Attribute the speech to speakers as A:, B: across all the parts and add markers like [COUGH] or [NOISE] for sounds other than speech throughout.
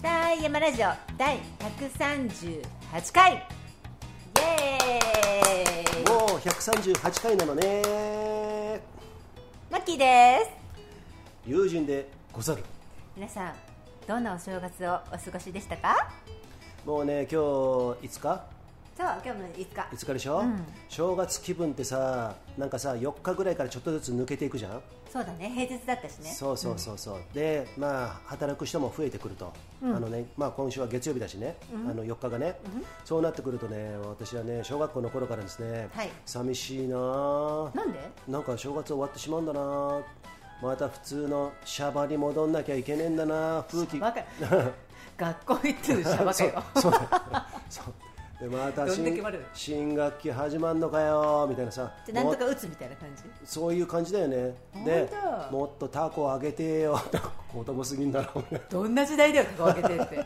A: 浅い山ラジオ第138回イエーイ
B: もう138回なのね
A: マッキーです
B: 友人でござる
A: 皆さんどんなお正月をお過ごしでしたか
B: もうね今日5日
A: そう今日も5日
B: 5日でしょ、
A: うん
B: 正月気分ってさなんかさ4日ぐらいからちょっとずつ抜けていくじゃん、
A: そうだね平日だったしね
B: そうそうそうそう、でまあ働く人も増えてくると、あのねまあ今週は月曜日だしね、あの4日がね、そうなってくるとね私はね小学校の頃からですね、
A: はい
B: 寂しいなあ
A: なんで
B: なんか正月終わってしまうんだなまた普通のシャバに戻んなきゃいけねえんだな風紀
A: バカ
B: [LAUGHS]
A: 学校行ってるしゃバカよ
B: そうそうそうでまた
A: どんだけ
B: 新
A: 悪いの
B: 新学期始まんのかよみたいなさ
A: でなんと
B: も
A: か打つみたいな感じ
B: そういう感じだよねで
A: 本当
B: もっとタコあげてよ [LAUGHS] 子供すぎんだろ
A: どんな時代だよここ開けてるって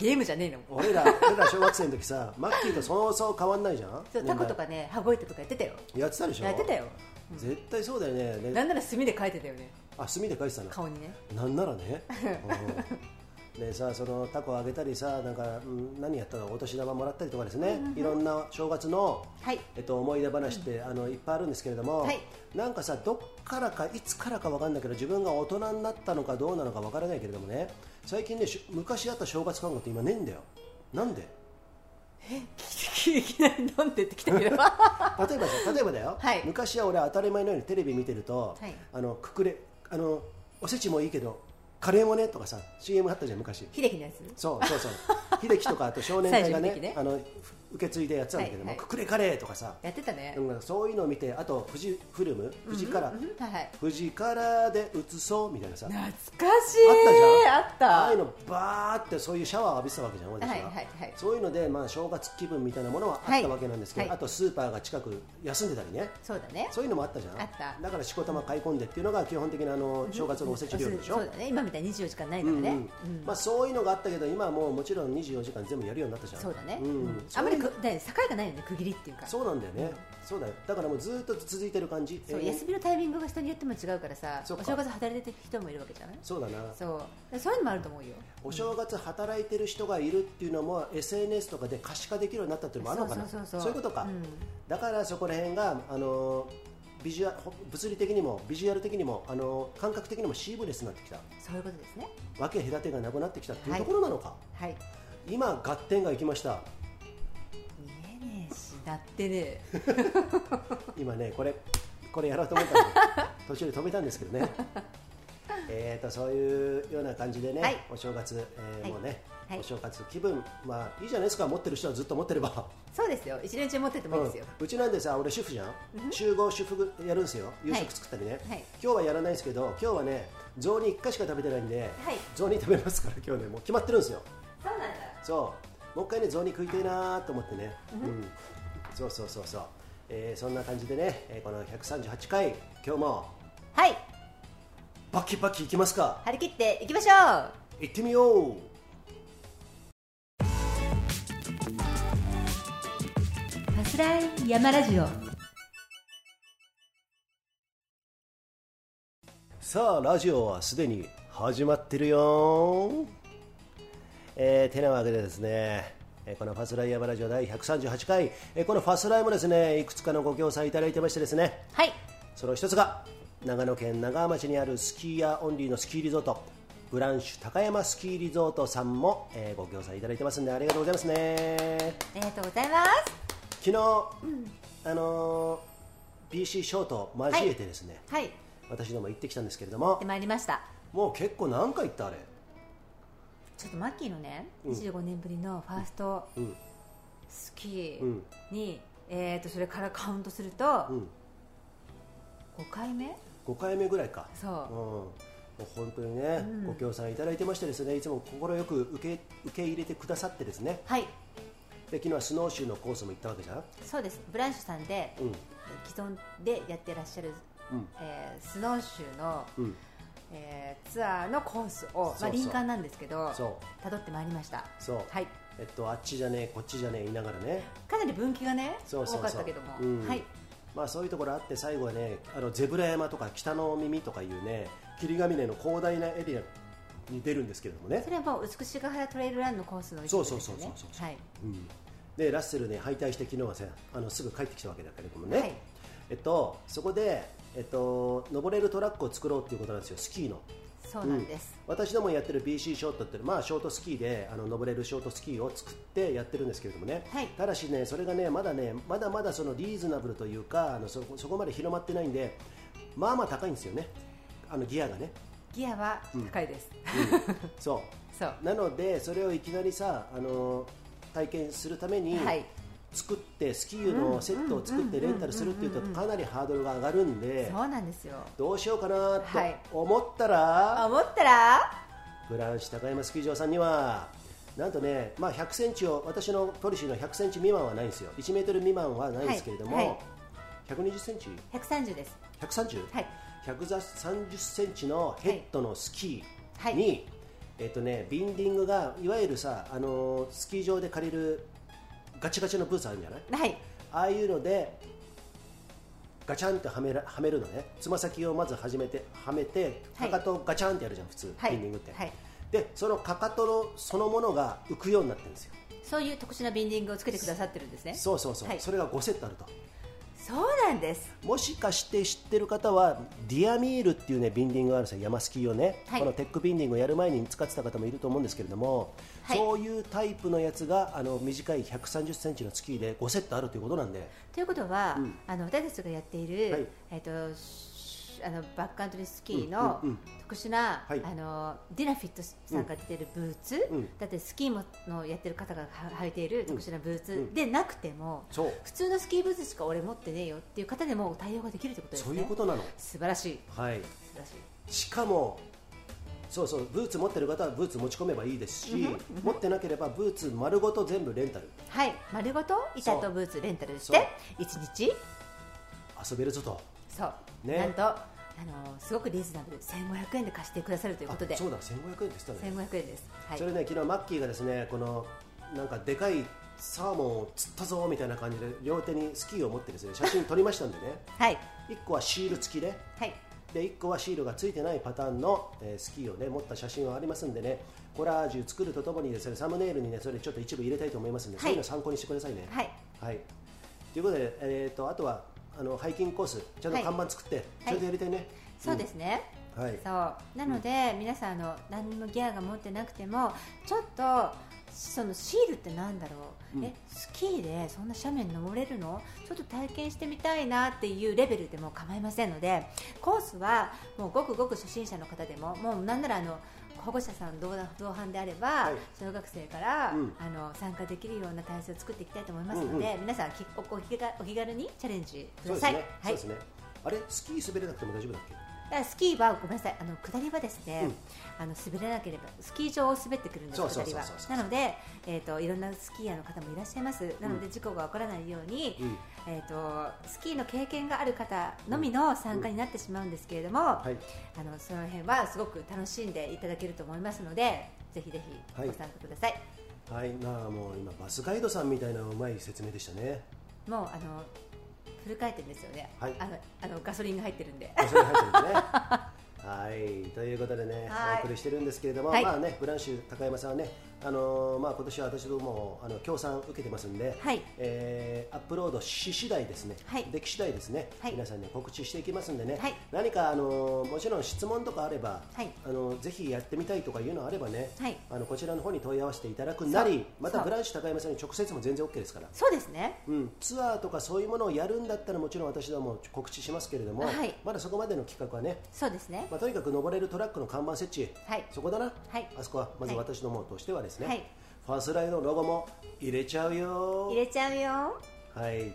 A: ゲームじゃねえのもう
B: 俺 [LAUGHS] ら俺ら小学生の時さマッキーとそうそう変わんないじゃん
A: そう
B: 年
A: タ
B: 代
A: コとかね羽子板とかやってたよ
B: やってたでしょ
A: やってたよ
B: 絶対そうだよねね
A: なんなら墨で書いてたよね
B: あ墨で書いてたの
A: 顔にね
B: なんならね、うんでさそのタコあげたりさなんか、うん、何やったのお年玉もらったりとかですね、いろんな正月の、
A: はい
B: えっと、思い出話って、あのいっぱいあるんですけれども、
A: はい
B: なんかさどっからかいつからかわかんないけど自分が大人になったのかどうなのかわからないけれどもね最近ねし昔あった正月感覚って今ねえんだよなんで
A: いきなり飲んでってきたけど
B: 例えば
A: [LAUGHS]
B: さ例えばだよ、
A: はい
B: 昔は俺当たり前のようにテレビ見てると、
A: はい
B: あのくくれあのおせちもいいけどカレーもねとかさ CM あったじゃん昔
A: 秀樹のやつ
B: そうそうそう秀樹とかあと少年隊が
A: 西城秀樹
B: ね
A: ね
B: あのふ受け継いでやってたんだけども、
A: はいはい
B: くくれカレーとかさ、
A: やってたね
B: うんそういうのを見てあと富士フルム富士カラー、
A: うんうんはいはい
B: 富士カラーで映そうみたいなさ
A: 懐かしい
B: あ
A: あ
B: っ
A: った
B: じゃ
A: た
B: んああいうのバーってそういうシャワー浴びてたわけじゃん私は、
A: はいはいはい
B: そういうので、まあ、正月気分みたいなものはあったわけなんですけど、
A: はいはい
B: あとスーパーが近く休んでたりね
A: そうだね
B: そういうのもあったじゃん
A: あった
B: だからしこたま買い込んでっていうのが基本的なあの正月のおせち料理でしょ、
A: そうだね今みたいに24時間ないのがね、
B: うんうんまあ、そういうのがあったけど今はもうもちろん24時間全部やるようになったじゃん
A: そうだね、
B: ん
A: うん
B: そ
A: あ
B: う
A: ま
B: い
A: りく
B: う
A: だから境がないよね区切りっていうか
B: そうなんだよね、そうだよだからもうずっと続いてる感じ
A: そう
B: えー
A: 休みのタイミングが人によっても違うからさ
B: そっ
A: お
B: か
A: 正月働いてる人もいるわけじゃない
B: そうだな
A: そうそういうのもあると思うよ
B: お正月働いてる人がいるっていうのも SNS とかで可視化できるようになったっていうのもあるのかな
A: そうそうそうそう
B: いうことか、
A: うん
B: だからそこら辺があのービジュアほ物理的にもビジュアル的にもあのー感覚的にもシームレスになってきた
A: そういうことですね
B: 分け隔てがなくなってきたっていう
A: はい
B: ところなのか、
A: はい
B: 今合点が行きました
A: 見えねえしだってね
B: 今ねこれこれやろうと思ったんで途中で止めたんですけど
A: [LAUGHS]
B: ねえーとそういうような感じでね、
A: はい
B: お正月、えー
A: はい
B: もうね、
A: はい
B: お正月気分まあいいじゃないですか持ってる人はずっと持ってれば
A: そうですよ一年中持っててもいいですよ、
B: うんうちなんでさ俺主婦じゃん集合主婦やるんですよ夕食作ったりね、
A: はい
B: 今日はやらないですけど今日はね雑煮1回しか食べてないんで、
A: はい
B: 雑煮食べますから今日ねもう決まってるんですよ
A: そうなんだ
B: そうもう一回ね雑煮食いたいなーと思ってね、うん、そうそうそうそう、えーそんな感じでね、えーこの138回今日も
A: はい
B: バキバキいきますか
A: 張り切っていきましょう
B: 行ってみよう
A: パスライ山ラジオ
B: さあラジオはすでに始まってるよーえーてなわけでですねえーこのファスライヤマラジオ第138回えーこのファスライもですねいくつかのご協賛いただいてましてですね
A: はい
B: その一つが長野県長浜市にあるスキーヤーオンリーのスキーリゾートブランシュ高山スキーリゾートさんも、えーご協賛いただいてますんでありがとうございますね
A: ありがとうございます
B: 昨日、あのー BC ショートを交えてですね、
A: はい
B: 私ども行ってきたんですけれども
A: でまいりました
B: もう結構何回行ったあれ
A: ちょっとマッキーのね
B: うん
A: 25年ぶりのファースト
B: うん
A: スキ
B: う
A: ー
B: ん
A: に、えー、とそれからカウントすると
B: うん、
A: 5回目
B: 5回目ぐらいか、うん、
A: そ
B: もう本当にね、
A: うん
B: ご協賛いただいてましてですねいつも快く受け受け入れてくださってですね
A: うはい
B: で昨日はスノーシューのコースも行ったわけじゃん、
A: そうですブランシュさんで
B: うん
A: 既存でやってらっしゃる、
B: うん
A: えースノーシューの、
B: うん、
A: えーツアーのコースを、
B: そう
A: ま
B: そ
A: あ、
B: う
A: 林間なんですけど
B: そ
A: たどってまいりました
B: そう、
A: はい
B: えっと、あっちじゃねえこっちじゃねえ言いながらね、
A: かなり分岐がね
B: そうそうそう
A: 多かったけども、
B: うん
A: はい
B: まあ、そういうところあって最後はねあのゼブラ山とか北の耳とかいうね霧ヶ峰の広大なエリア出るんですけれどもね
A: そ、れはもう美しが原トレイルランのコースの一
B: そう
A: 部です
B: そ
A: よ
B: う
A: ね
B: そうそうそうそう
A: はい
B: うん、でラッセルね敗退して昨日はさあのすぐ帰ってきたわけだけれどもね、
A: はい
B: えっと、そこで、えっと、登れるトラックを作ろうっていうことなんですよスキーの。
A: そうなんです、
B: うん私どもやってる BC ショートって、まあ、ショートスキーであの登れるショートスキーを作ってやってるんですけれどもね、
A: はい
B: ただしねそれがねまだねまだまだそのリーズナブルというかあのそこそこまで広まってないんでまあまあ高いんですよねあのギアが
A: [LAUGHS]
B: ね、
A: ギアは高いです、
B: うんそ
A: そう
B: うなのでそれをいきなりさあの体験するために、
A: はい
B: 作ってスキーのセットを作ってレンタルするっていうとかなりハードルが上がるんで
A: そうなんですよ
B: どうしようかなと
A: はい
B: 思ったら、
A: 思ったら
B: フランシ高山スキー場さんにはなんとね、まあ、100センチを私のポリシーの100センチ未満はないんですよ1メートル未満はないんですけれども、
A: はいはい
B: 120センチ
A: 130です
B: 130?、
A: はい
B: 130センチのヘッドのスキ
A: は
B: ー
A: い
B: に、えっとね、ビンディングがいわゆるさ、あのースキー場で借りるガチガチのブーツあるんじゃない
A: はい
B: ああいうのでガチャンってはめらはめるのねつま先をまず始めてはめて
A: は
B: か
A: い
B: かとをガチャンってやるじゃん普通、
A: はい
B: ビンディングって、
A: はい
B: でそのかかとのそのものが浮くようになってるんですよ
A: そういう特殊なビンディングをつけてくださってるんですね
B: そうそうそう、
A: はい
B: それが5セットあると
A: そうなんです
B: もしかして知ってる方はディアミールっていうねビンディングがあるんですよ山スキーをね、
A: はい
B: このテックビンディングをやる前に使ってた方もいると思うんですけれども、
A: はい
B: そういうタイプのやつがあの短い1 3 0センチのスキーで5セットあるということなんで
A: ということは、
B: うん
A: あの私たちがやっている、
B: はい
A: えっ、としあのバックカントリースキーの
B: うんうんうん
A: 特殊な、
B: はい
A: あのディナフィットさんが出てるブーツ、
B: うん
A: だってスキーものやってる方がは履いている特殊なブー
B: うんう
A: ツ
B: ん
A: でなくても、
B: そう
A: 普通のスキーブーツしか俺持ってねえよっていう方でも対応ができるってことですね
B: そういうことなの
A: 素晴らしい
B: はい
A: 素晴らしい
B: しかもそうそうブーツ持ってる方はブーツ持ち込めばいいですし、持ってなければブーツ丸ごと全部レンタル
A: はい丸ごと板
B: そ
A: と
B: う
A: ブーツレンタルし
B: そう
A: て一日
B: 遊べるぞと
A: そう、
B: ね
A: なんとあのすごくリーズナブル1500円で貸してくださるということで
B: あそうだ1500円でしたね
A: 1500円です、はい、
B: それね昨日マッキーがですねこのなんかでかいサーモンを釣ったぞみたいな感じで両手にスキーを持ってですね写真撮りましたんでね
A: [LAUGHS] はい
B: 1個はシール付きで
A: はい
B: で1個はシールが付いてないパターンの、えースキーをね持った写真はありますんでねコラージュ作るとともにですねサムネイルにねそれちょっと一部入れたいと思いますんで、
A: はい
B: そういうの参考にしてくださいね
A: はい
B: はい、ということで、えー、とあとはあのハイキングコース、ちゃんと
A: はい
B: 看板作って、ちゃんとやりたいね、
A: そうですね、
B: うん、はい、
A: そうなので、皆さんあの何もギアが持ってなくてもちょっとそのシールってなんだろう、
B: うん
A: えスキーでそんな斜面登れるのちょっと体験してみたいなっていうレベルでも構いませんのでコースはもうごくごく初心者の方でももうなんならあの保護者さん同同伴であれば、
B: い
A: 小学生から、
B: うん
A: あの参加できるような体制を作っていきたいと思いますので、
B: うん
A: 皆さんきおお気がお気軽にチャレンジく
B: そう
A: ださい。
B: ですね、
A: は
B: そう
A: い
B: ですね、あれ、スキー滑れなくても大丈夫だっけ、
A: だからスキーはごめんなさいあの下りはですね、
B: うん
A: あの滑らなければスキー場を滑ってくるんです
B: そう
A: 下
B: そうそう
A: り
B: そう
A: は
B: そう
A: なので、えー、といろんなスキーヤーの方もいらっしゃいますなので事故が起こらないように、
B: うん
A: えー、とスキーの経験がある方のみの参加になってしまうんですけれども、
B: はい、
A: あのその辺はすごく楽しんでいただけると思いますのでぜひぜひ
B: はい
A: ご参加ください、
B: はい、まあもう今、バスガイドさんみたいなうまい説明でしたね、
A: もうあのフル回転ですよね、
B: はい
A: あのあのガソリンが入ってるん [LAUGHS] で
B: それ入ってるんでね。はいということでね、
A: はい
B: お送りしてるんですけれども、
A: はい
B: まあね、ブランシュ高山さんはね、あのーまあ、今年は私どもあの協賛受けてますんで、
A: はい
B: えーアップロードし次第ですね、
A: はい
B: でき次第ですね、
A: はい
B: 皆さんに告知していきますんでね、
A: はい
B: 何か、あのーもちろん質問とかあれば、
A: はい
B: あのぜひやってみたいとかいうのあればね、
A: はい
B: あのこちらの方に問い合わせていただくなり
A: そう、
B: また
A: そう
B: ブランシュ高山さんに直接も全然 OK ですから。
A: そうですね
B: うん、ツアーとかそういうものをやるんだったらもちろん私ども告知しますけれども、
A: はい
B: まだそこまでの企画はね、
A: そうですね
B: まあ、とにかく登れるトラックの看板設置、
A: はい
B: そこだな、
A: はい
B: あそこはまず
A: はい
B: 私どもとしてはですね、
A: はい
B: ファーストライドのロゴも入れちゃうよ
A: 入れちゃうよ
B: はい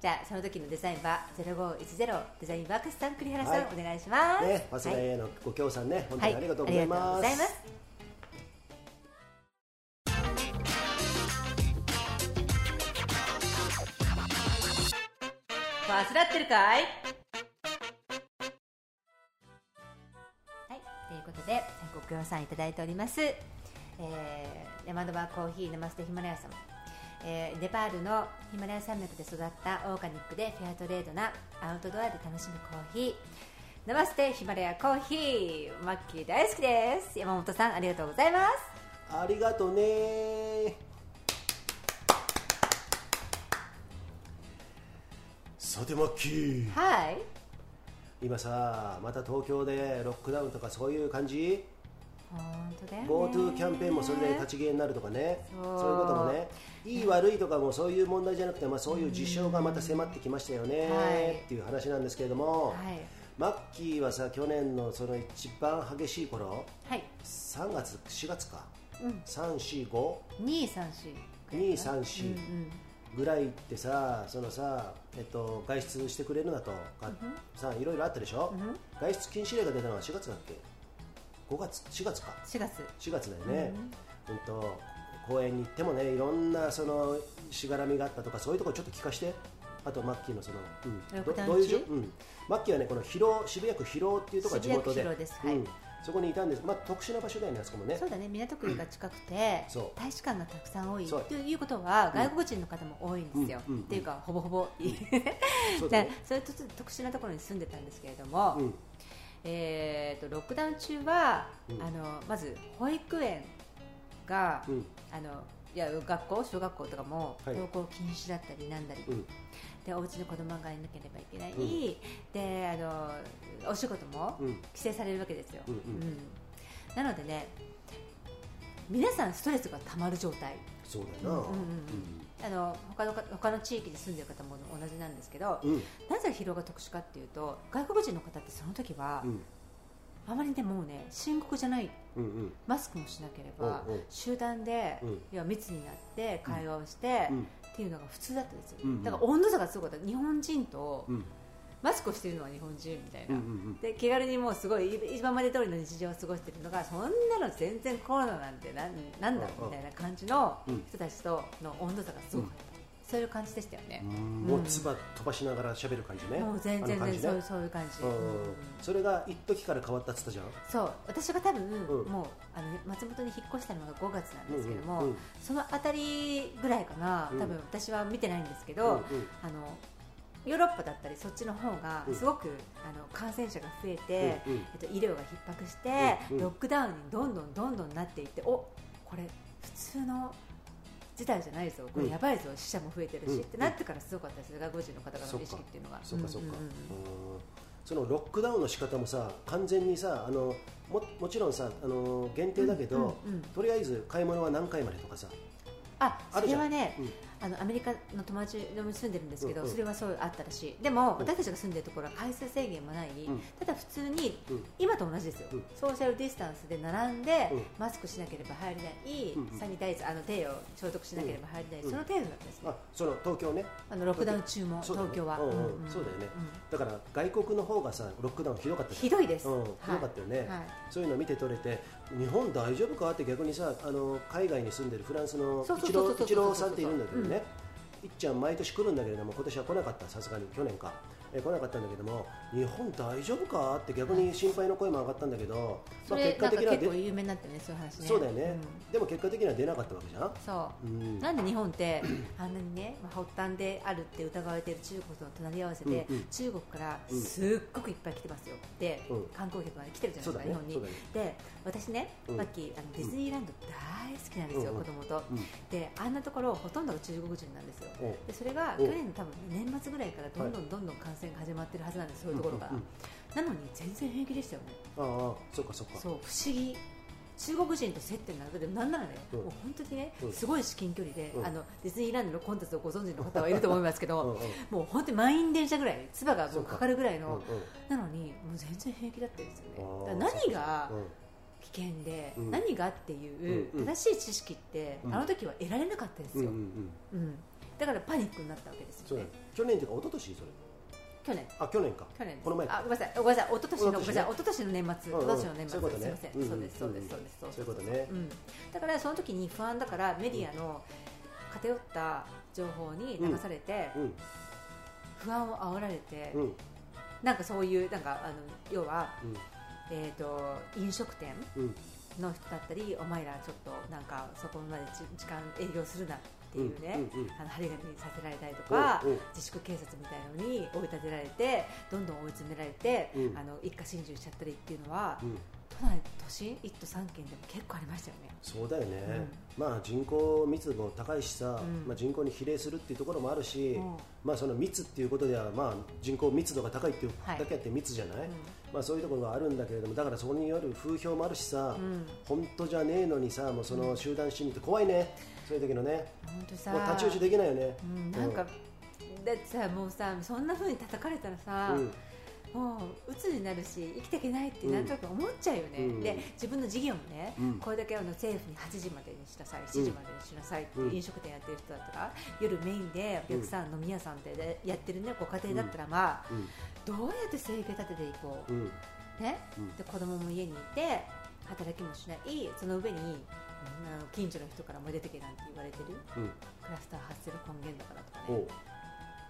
A: じゃあその時のデザインは0510デザインワークスさん栗原さん、
B: はい
A: お願いします。
B: ね、ファーストライ
A: はい
B: ドへのご協賛ね、本当
A: はい
B: にありがとうございます,、
A: ありがとうございますバスラってるかいはい、ということでご協賛いただいております、えー、山マコーヒーナマステヒマラヤさんえーネパールのヒマラヤ山脈で育ったオーガニックでフェアトレードなアウトドアで楽しむコーヒーナマステヒマラヤコーヒーマッキー大好きです山本さんありがとうございます
B: ありがとうねさてマッキー
A: はい
B: 今さまた東京でロックダウンとかそういう感じ
A: 本当だよね
B: GoTo キャンペーンもそれで立ち消えになるとかね
A: そう
B: そういうこともねいい悪いとかもそういう問題じゃなくて、まあ、そういう事象がまた迫ってきましたよね、
A: はい
B: っていう話なんですけれども、
A: はい
B: マッキーはさ去年のその一番激しい頃
A: はい
B: 3月4月か
A: うん
B: 345
A: 234
B: 2 3
A: うんう
B: 4
A: ん
B: ぐらいってさそのさ、えっと、外出してくれるなとか、さいろいろあったでしょ、
A: うん
B: 外出禁止令が出たのは4月だっけ5月4月か
A: 4月
B: 4月だよね、うんと公園に行ってもねいろんなそのしがらみがあったとかそういうところちょっと聞かしてあとマッキーのその、うん、
A: 六段地
B: どういうじょ、うん、マッキーはねこの広尾渋谷区広尾っていうところが地元で
A: 渋谷区広尾ですはい
B: うん、そこにいたんです、まあ、特殊な場所だよねあそこもね
A: そうだね港区が近くて、
B: そう
A: 大使館がたくさん多い
B: そう
A: ということは外国人の方も多いんですよ、
B: うんうんうん
A: っていうかほぼほぼ [LAUGHS] いい
B: そうだ
A: で
B: ね
A: それとちょっと特殊なところに住んでたんですけれども、
B: うん
A: えー、とロックダウン中は、
B: うん
A: あのまず保育園が、
B: うん
A: あのいや学校小学校とかも
B: はい
A: 登校禁止だったりなんだり、
B: うん
A: でお家に子供がいなければいけない、
B: うん
A: であのお仕事も
B: うん
A: 規制されるわけですよ、
B: うんうん
A: なのでね皆さんストレスがたまる状態
B: そうだよな
A: うんうんあの他のか他の地域に住んでる方も同じなんですけど、
B: うんうん
A: なぜ疲労が特殊かっていうと外国人の方ってその時は、
B: うん
A: あまりでもうね深刻じゃない
B: うんうん
A: マスクもしなければ、
B: うんうん
A: 集団で、
B: うん
A: いや密になって会話をして、
B: うん
A: っていうのが普通だったんですよ、
B: うんうん
A: だから温度差がすごかった日本人と、
B: うん
A: マスクをしてるのは日本人みたい
B: うんう
A: な、
B: ん
A: で気軽にもうすごいい今まで通りの日常を過ごしてるのがそんなの全然コロナなんてなんなんだ
B: う
A: み
B: んうん
A: たいな感じの
B: うん
A: 人たちとの温度差がすごかった、そういう感じでしたよね、
B: うんもう唾飛ばしながら喋る感じね
A: もう全然
B: あの
A: 全然
B: 感じ
A: そう
B: ね
A: そういう感じ、
B: うん
A: うんうんうん
B: それが一時から変わったっつったじゃん
A: そう私が多分、
B: うん
A: もうあの松本に引っ越したのが5月なんですけども、
B: うんうんうん
A: そのあたりぐらいかな
B: うん
A: 多分私は見てないんですけど、
B: うんうん
A: あのヨーロッパだったりそっちの方が
B: うん
A: すごく、あの感染者が増えて、
B: うんうん
A: えっと、医療が逼迫して、
B: うんうん
A: ロックダウンにどんどんどんどんなっていっておこれ普通の事態じゃないぞこれやばいぞ、死者も増えてるし、
B: うん
A: ってなってからすごかったです外国人の方々の意識っていうのが。
B: そうかそうか、
A: んんん
B: うんそのロックダウンの仕方もさ完全にさあのももちろんさあの限定だけど、
A: うんうんうん
B: とりあえず買い物は何回までとかさ、
A: あ
B: あ
A: そ
B: るじ
A: れ
B: ゃん
A: はね、
B: うん
A: あのアメリカの友達の住んでるんですけど、
B: うんうん
A: それはそうあったらしいでも、
B: うん
A: 私たちが住んでるところは回数制限もない、
B: ん
A: ただ普通に
B: うん
A: 今と同じですよ、
B: うん
A: ソーシャルディスタンスで並んで、
B: うん
A: マスクしなければ入れない、
B: うんうん
A: サニタイザーあの手を消毒しなければ入れない、
B: うん
A: その程度だったんですね、
B: あその東京ね
A: あのロックダウン中も
B: そうだよ
A: 東
B: ね
A: 京は、
B: うんうん
A: んん
B: そうだよね
A: ん
B: だから外国の方がさロックダウンひどかったじゃん
A: ひどいです、
B: うん、
A: はい
B: ひどかったよね、
A: はい
B: そういうの見て取れて日本大丈夫かって逆にさあの海外に住んでるフランスの
A: そう
B: イ
A: そう
B: チ
A: そうそ
B: ロ
A: うそうそう
B: ーイチローさんっているんだけどね、いっちゃん毎年来るんだけれども今年は来なかったさすがに去年か、えー来なかったんだけども日本大丈夫かって逆に心配の声も上がったんだけど、
A: それなんか
B: は
A: 結
B: 出
A: 構有名になってるねそういう話ね
B: そうだよね、
A: ん
B: でも結果的には出なかったわけじゃん、
A: そう
B: うん、
A: なんで日本っ
B: [CLEARS THROAT]
A: てあんなにね、まあ、発端であるって疑われている中国との隣り合わせで、
B: うんうん
A: 中国から
B: うん
A: すっごくいっぱい来てますよで、
B: うん
A: 観光客が、ね、来てるじゃないです
B: そうだ
A: か、
B: ね
A: 日本に
B: そうだね
A: で私ね
B: うん
A: さっきあのディズニーランド大好きなんですよ、
B: うんうん
A: 子供と、
B: うん
A: であんなところほとんどが中国人なんですよ
B: うん
A: でそれが
B: うん
A: 去年の多分年末ぐらいからどんどんどんどん感染が始まってるはずなんですそういうところから、
B: うんうん
A: なのに全然平気でしたよね
B: ああそっかそっか
A: そう不思議中国人と接点がなくてなんならね、
B: うん
A: もう本当にね、
B: うん
A: すごい至近距離で、
B: うん
A: あのディズニーランドのコンテンツをご存知の方はいると思いますけど、
B: [LAUGHS] うんうん
A: もう本当に満員電車ぐらい唾がもうかかるぐらい
B: うんうん
A: の、なのにもう全然平気だったんですよね
B: あー
A: だから何が
B: うん
A: 危険で、
B: うん
A: 何がっていう
B: うんうん
A: 正しい知識って、
B: うん
A: あの時は得られなかったんです
B: うんう
A: よ、
B: んう
A: うん
B: ん
A: だからパニックになったわけです
B: そ
A: よ
B: うだ
A: ね
B: ね去年っていうか一昨年それ
A: 去年
B: あ去年か
A: 去年です
B: この前か
A: あごめんなさいごめんなさい一昨年の
B: 一昨年ね
A: ごめんなさい一昨年の年末
B: うんう
A: 一
B: ん
A: 昨年の年末
B: そういうことね
A: すいません、
B: うんうん
A: そうですそうです
B: う
A: そうです
B: んうん
A: そうです
B: そういうことね
A: うん、だからその時に不安だからメディアの偏った情報に流されて
B: うん
A: 不安を煽られて、
B: うん
A: なんかそういうなんかあの要は、
B: うん
A: えー、と飲食店
B: うん
A: の人だったりお前らちょっとなんかそこまでじ時間営業するなっていうね、
B: うんうんうん
A: あの張り紙にさせられたりとか、
B: うんうん
A: 自粛警察みたいのに追い立てられてどんどん追い詰められて、
B: うん
A: あの一家心中しちゃったりっていうのは、
B: うん
A: 都内都心1都3県でも結構ありましたよね。
B: そうだよね、まあ、人口密度も高いしさ、
A: うん
B: まあ、人口に比例するっていうところもあるし、
A: うん
B: まあ、その密っていうことでは、まあ、人口密度が高いっていう
A: はい
B: だけあって密じゃない、
A: ん
B: まあ、そういうところがあるんだけれどもだからそこによる風評もあるしさ、
A: うん
B: 本当じゃねえのにさもうその集団心理って怖いね、そういう時のね
A: 本当さ
B: もう立ち打ちできないよね、
A: うん、なんか、だってさもうさそんな風に叩かれたら
B: う
A: さ、
B: ん
A: もう鬱になるし生きていけないってなんとなく思っちゃうよね、
B: うん
A: で自分の事業もね、
B: うん
A: これだけあの政府に8時までにしなさい7時までにしなさいっていう飲食店やってる人だったら、夜メインでお客さん、飲み屋さんでやってるねご家庭だったらまあ、どうやって生計立てていこう
B: うんうん
A: ね
B: うん
A: で子供も家にいて働きもしないその上に、うんあの近所の人からも出てけなんて言われてる
B: うん
A: クラスター発生の根源だからとか
B: お
A: ね
B: う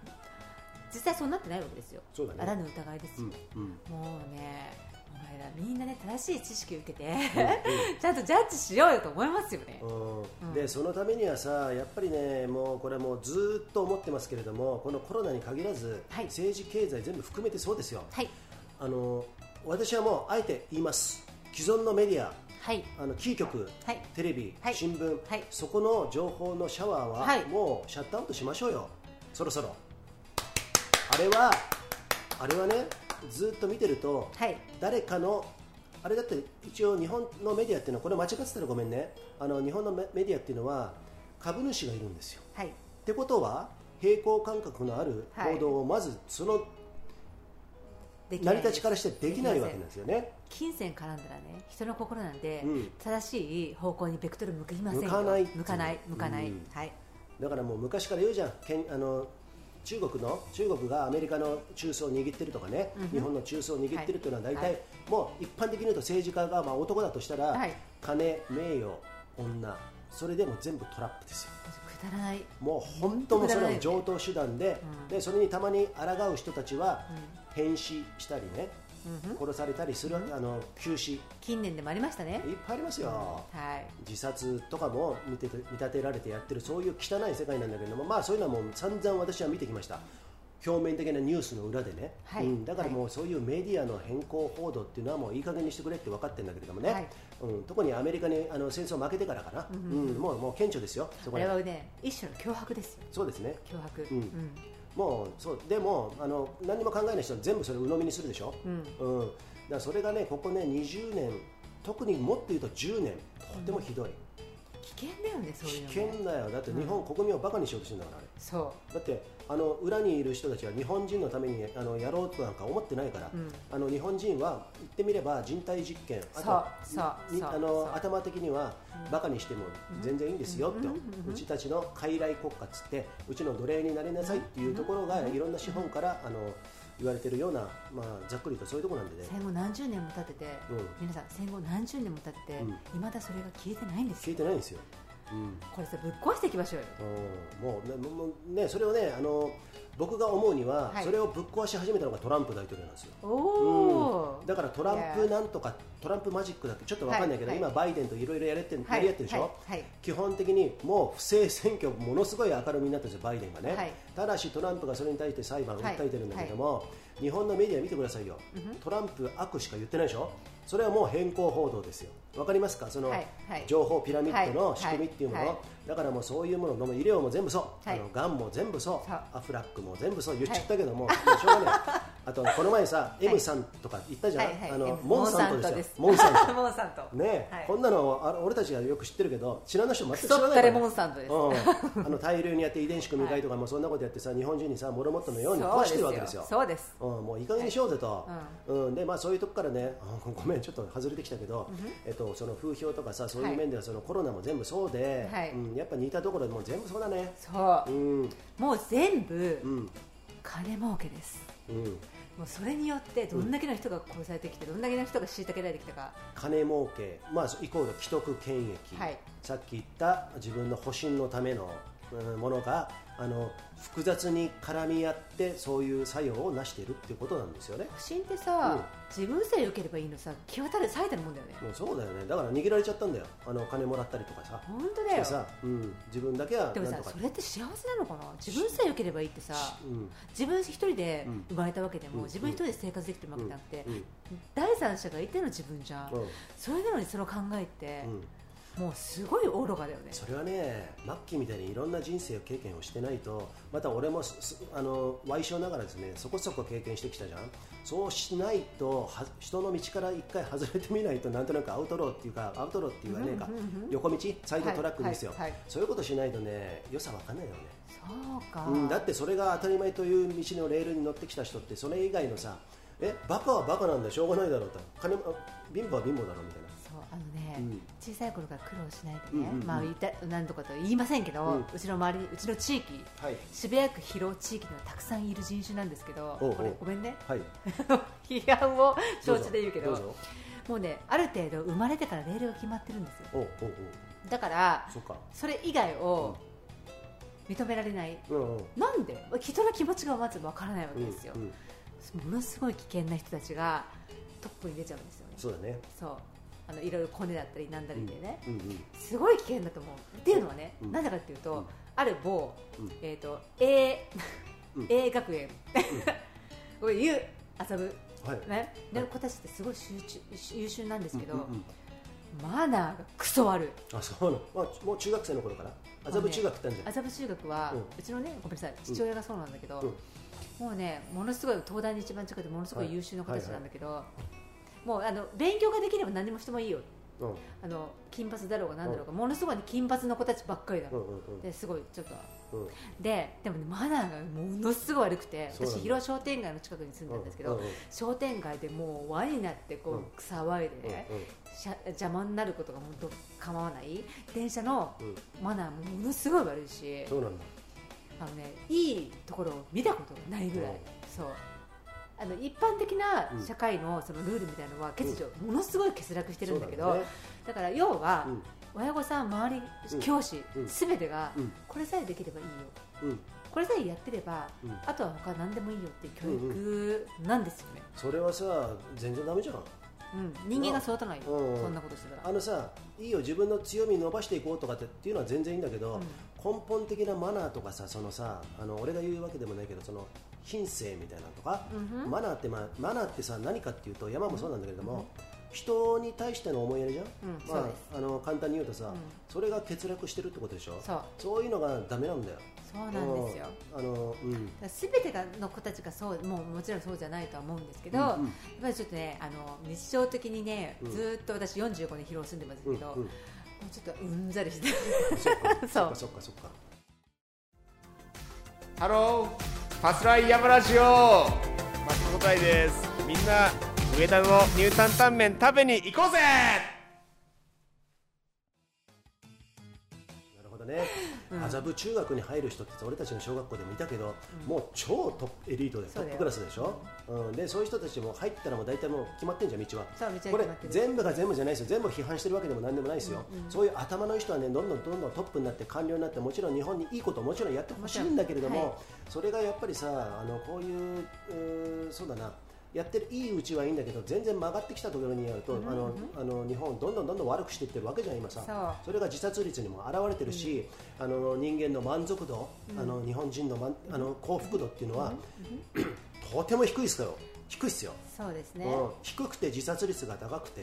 A: 実際そうなってないわけですよ
B: そうだね
A: あらぬ疑いです
B: う
A: よ、
B: ん
A: [LAUGHS]
B: うん
A: もうねお前らみんなね正しい知識を受けて、
B: う
A: [LAUGHS]
B: ん
A: ちゃんとジャッジしようよと思いますよね、
B: うん
A: うん
B: でそのためにはさ、やっぱりね、もうこれ、もうずーっと思ってますけれども、このコロナに限らず、
A: はい
B: 政治、経済、全部含めてそうですよ、
A: はい
B: あの私はもうあえて言います、既存のメディア、
A: はい
B: あのキー局、
A: はい
B: テレビ、
A: はい
B: 新聞、
A: はい
B: そこの情報のシャワーは、
A: はい
B: もうシャットアウトしましょうよ、そろそろ。あれは、あれはね、ずーっと見てると、
A: はい
B: 誰かのあれだって一応日本のメディアっていうのはこれ間違ってたらごめんねあの日本のメメディアっていうのは株主がいるんですよ
A: はい
B: ってことは平行感覚のある
A: はい
B: 報道をまずその
A: でき
B: 成
A: な
B: り
A: い
B: 立ちからしてできないわけなん
A: で
B: ですよね
A: す金銭絡んだらね人の心なんで、
B: うん
A: 正しい方向にベクトル向きませんよ
B: 向かない
A: 向かない向かない、
B: うん
A: はい
B: だからもう昔から言うじゃんけんあの中国の中国がアメリカの中枢を握ってるとかね、
A: うんうん
B: 日本の中枢を握ってるっていうのは大体、
A: はいはい
B: もう一般的に言うと政治家がまあ男だとしたら、
A: はい
B: 金名誉女それでも全部トラップですよ
A: くだらない、
B: もう本当もうそ
A: くだら
B: れは
A: ない
B: 常
A: よね
B: 等手段で,、
A: うん
B: でそれにたまに抗う人たちは
A: う
B: 変死したりね
A: んうんうん
B: 殺されたりする、あの急死いっ
A: 近年でもありましたね
B: ぱいありますよ、
A: はい
B: 自殺とかも見てて見立てられてやってるそういう汚い世界なんだけれどもまあそういうのはもう散々私は見てきました表面的なニュースの裏でね、
A: はい
B: うんだからもうそういうメディアの変更報道っていうのはもういい加減にしてくれって分かってるんだけれどもね、
A: はい
B: うん、特にアメリカにあの戦争負けてからかな、
A: う
B: うんん
A: うん
B: もうもう顕著ですよそ
A: こ
B: こ
A: れ
B: ら
A: は
B: 辺
A: ね一種の脅迫ですよ
B: そうですね
A: 脅迫
B: うんもうそうでもあの何にも考えない人は全部それを鵜呑みにするでしょ、
A: うんうん
B: うん、だからそれがねここね20年特にもっと言うと10年とてもひどい、
A: 危険だよねそういう
B: 危
A: のね
B: 険だよだって日本国民をバカにしようとしてるんだからあれ
A: そ
B: だってあの裏にいる人たちは日本人のためにあのやろうとなんか思ってないから、
A: う、うん、
B: あの日本人は言ってみれば人体実験あと
A: そうそう
B: に
A: そう
B: あ
A: そ
B: の
A: う
B: 頭的にはバカにしても全然いいんですよって、
A: うんうん
B: うちたちの傀儡国家っつってうちの奴隷になりなさいっていうところがいろんな資本からあの言われてるような、まあ、ざっくりとそういうところなんでね、
A: 戦後何十年も経ってて、
B: うん、
A: 皆さん戦後何十年も経ってて、
B: うん
A: いまだそれが消えてないんです
B: 消
A: よ
B: えてないんですよ。うん
A: これさぶっ壊していきましょうよ
B: うんもうねもうねそれをねあの僕が思うには、
A: はい
B: それをぶっ壊し始めたのがトランプ大統領なんですよ
A: おおー、
B: だからトランプ
A: Yeah
B: なんとかトランプマジックだってちょっとわかんないけど、
A: はい
B: 今バイデンといろいろやれてやり合ってるでしょ、
A: はいはい
B: 基本的にもう不正選挙ものすごい明るみになったんですよバイデンがね、
A: はい
B: ただしトランプがそれに対して裁判を訴えてるんだけども、日本のメディア見てくださいよ、
A: うんふん
B: トランプ悪しか言ってないでしょそれはもう変更報道ですよわかりますかその、
A: はいはい
B: 情報ピラミッド
A: は
B: の
A: い
B: 仕組みっていうもの、
A: はい
B: だからもうそういうものの医療も全部そう、
A: はい
B: あのがんも全部そう
A: そう
B: アフラックも全部そう言っちゃったけども、もうしょうがないあとこの前さ、
A: い
B: M さんとか言ったじゃん、
A: はいはい
B: あの
A: M
B: モンサントですよ
A: モ
B: モ
A: ン
B: ン
A: サ
B: サ
A: ン
B: ン
A: ト [LAUGHS] モンサント
B: トねえ、
A: はい
B: こんなのあ俺たちがよく知ってるけど知らない人全く
A: ク
B: 知ら
A: ソ
B: ない
A: ったれモンサントです、 [LAUGHS]
B: うん、あの大量にやって遺伝子組み換えとか、もうそんなことやってさ日本人にさモロモットのように壊してるわけですよ
A: そうです
B: うん、もういい加減にしようぜと、
A: はい
B: うんでまあ、そういうとこからね、 [LAUGHS] あごめん、ちょっと外れてきたけど、えっと、その風評とかさ、そういう面ではそのコロナも全部そうで、
A: はい
B: うん、やっぱ似たところでもう全部そうだね、
A: そうう、
B: ん、うん、
A: もう全部
B: うん、
A: 金儲けですもうそれによってどんだけの人が殺されてきて、どんだけの人が虐げられてきたか
B: 金儲け、まあ、イコール既得権益、
A: はい
B: さっき言った自分の保身のためのうんものが、あの複雑に絡み合ってそういう作用を成しているっていうことなんですよね
A: 不審ってさ、
B: うん
A: 自分さえ良ければいいのさ際立たる最たるもんだよね
B: もうそうだよねだから逃げられちゃったんだよあの金もらったりとかさ
A: 本当
B: し
A: だ
B: て
A: よ
B: さ、うん、自分だけはなん
A: でも
B: と
A: さ
B: か
A: それって幸せなのかな自分さえ良ければいいってさ
B: うん
A: 自分一人で
B: うん
A: 生まれたわけでも、
B: うん
A: 自分一人で生活できてるわけじゃなくて、
B: うん
A: 第三者がいての自分じゃん、
B: うん
A: それなのにその考えって、
B: うん
A: もうすごい愚かだよね
B: それはね、マッキーみたいにいろんな人生経験をしてないと、また俺もすすあの賠償ながらですね、そこそこ経験してきたじゃん。そうしないとは人の道から一回外れてみないとなんとなくアウトローっていうかアウトローっていうかねえか、
A: うんうんうん
B: 横道サイドトラックですよ、
A: はいはいはい
B: そういうことしないとね、良さわかんないよね。
A: そうか、
B: うん、だってそれが当たり前という道のレールに乗ってきた人ってそれ以外のさえバカはバカなんだしょうがないだろうと金もあ貧乏は貧乏だろうみたいな
A: そうあのね、
B: うん
A: 小さい頃から苦労しないで
B: うん
A: ね、
B: うんうん
A: まあ言いたなんとかとは言いませんけど、
B: う
A: うんちの周りうちの地域
B: はい
A: 渋谷区広尾地域にはたくさんいる人種なんですけど
B: おうおう
A: これごめんね
B: はい
A: 批判を承知で言うけど
B: どうぞ
A: もうねある程度生まれてからレールが決まってるんですよ
B: おうおう
A: だから
B: おうそっか
A: それ以外を認められない
B: うんうん
A: なんで人の気持ちがまずわからないわけですよ、
B: うんうん
A: ものすごい危険な人たちがトップに出ちゃうんですよね
B: そうだね
A: そうあのいろいろコネだったりなんだりでね、
B: うんうん
A: すごい危険だと思うっていうのはね、
B: うん
A: なんでかっていうと、
B: うん
A: ある某、
B: うん
A: えっ、と A,
B: うん
A: [LAUGHS] A 学園、これ U 遊ぶ
B: はい
A: ね
B: は
A: で
B: い
A: 子たちってすごい集中優秀なんですけど、
B: うんうん
A: マナーがクソ悪い
B: うんあそうなの、まあ、もう中学生の頃から麻布中学行ったんじゃない
A: 麻布中学は、
B: う
A: うんちのねごめんなさい父親がそうなんだけど、
B: うん
A: もうねものすごい東大に一番近くてものすごい優秀な子たちなんだけど、もうあの勉強ができれば何でもしてもいいよ
B: うん
A: あの金髪だろうが何だろうが、ものすごい金髪の子たちばっかりだ
B: う
A: の、
B: んうんうん
A: ですごいちょっと
B: うん
A: ででも、ね、マナーがものすごい悪くて
B: そうなんだ
A: 私広尾商店街の近くに住んで
B: う
A: る
B: ん
A: んですけど、
B: うんうん
A: 商店街でもう輪になってこう騒いでね、しゃ邪魔になることが本当構わない電車の
B: うんうん
A: マナーもものすごい悪いし
B: そうなんだ
A: あの、ね、いいところを見たことがないぐらい、
B: うん
A: そうあの一般的な
B: うん
A: 社会のそのルールみたいなのは欠如、ものすごい欠落してるんだけど
B: そう
A: だ,、
B: ね
A: から要は、
B: うん
A: 親御さん周
B: うん
A: り教師、
B: うん
A: すべてが、
B: うん
A: これさえできればいいよ
B: うん
A: これさえやってれば、
B: うん
A: あとは他何でもいいよっていう教育なんですよね、
B: それはさ全然ダメじゃん
A: うん人間が育たないよ、
B: うん
A: そんなことしてたら
B: あのさいいよ自分の強み伸ばしていこうとかってっていうのは全然いいんだけど、
A: うん
B: 根本的なマナーとかさそのさあの俺が言うわけでもないけどその品性みたいなのとか、
A: うんふん
B: マナーって、まあ、マナーってさ何かっていうと山もそうなんだけれども、人に対しての思いやりじゃん、
A: うんそう
B: ま
A: です
B: あ、あの簡単に言うとさ、
A: ん
B: それが欠落してるってことでしょ
A: そう
B: そういうのがダメなんだよ
A: そうなんですよ、
B: うんあの、うん、
A: すべてがの子たちがそうもうもちろんそうじゃないとは思うんですけど、
B: うん
A: やっぱりちょっとねあの日常的にね、
B: うん
A: ずーっと私45年広尾住んでますけど、
B: うん
A: も
B: うん
A: うちょっとうんざり
B: [LAUGHS]
A: して
B: そっか
A: [LAUGHS]
B: そ
A: そ
B: っか
A: う
B: そっかそっか
C: ハローパスライヤマラジオマスコタイですみんな上田のニュータンタンメン食べに行こうぜ
B: なるほどね麻布、中学に入る人って俺たちの小学校でもいたけど、もう超トップエリートでト
A: そうだ
B: ップ
A: よ
B: クラスでしょ、うん、でそういう人たちも入ったらもう大体もう決まってんじゃん道は
A: そう道は決
B: これ
A: まってる
B: 全部が全部じゃないですよ全部批判してるわけでも何でもないですよ、そういう頭のいい人はねどんどんどんどんトップになって官僚になってもちろん日本にいいこともちろんやってほしいんだけれども、
A: も
B: それがやっぱりさあのこういううーそうだなやってるいいうちはいいんだけど全然曲がってきたところにやると、あのあの日本をどんどんどんどん悪くしていってるわけじゃん今さ
A: そう
B: それが自殺率にも表れてるし、あの人間の満足度、あの日本人の,、満あの幸福度っていうのは、とても低いですよ低いっすよ、
A: そうですね、
B: うん、低くて自殺率が高くて、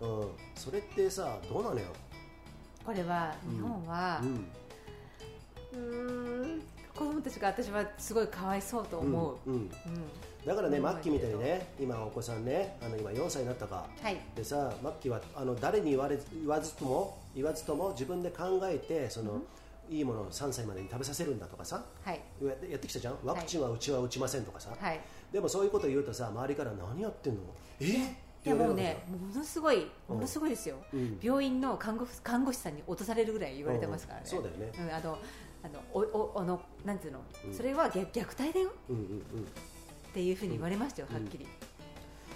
A: うん
B: うんそれってさどうなのよ、
A: これは日本は
B: う、ん
A: うーん子供たちが私はすごいかわいそうと思う、
B: うんうん
A: うん
B: だからね、
A: うん
B: マッキーみたいにね今お子さんねあの今4歳になったか
A: はい
B: でさマッキーはあの誰に言われず言わずとも言わずとも自分で考えてその、いいものを3歳までに食べさせるんだとかさ
A: はい
B: ややってきたじゃんワクチンはうちは打ちませんとかさ、
A: はい
B: でもそういうこと言うとさ周りから何やってんのえ
A: いやもうねものすごい
B: うん
A: ものすごいですよ、
B: うん
A: 病院の看護婦看護師さんに落とされるぐらい言われてますからね、
B: うんうんそうだよね
A: んあのあのおおあのなんていうの、
B: うん
A: それは虐虐待だよ
B: うんうんうん
A: っていうふうに言われましたよ、はっきり、
B: か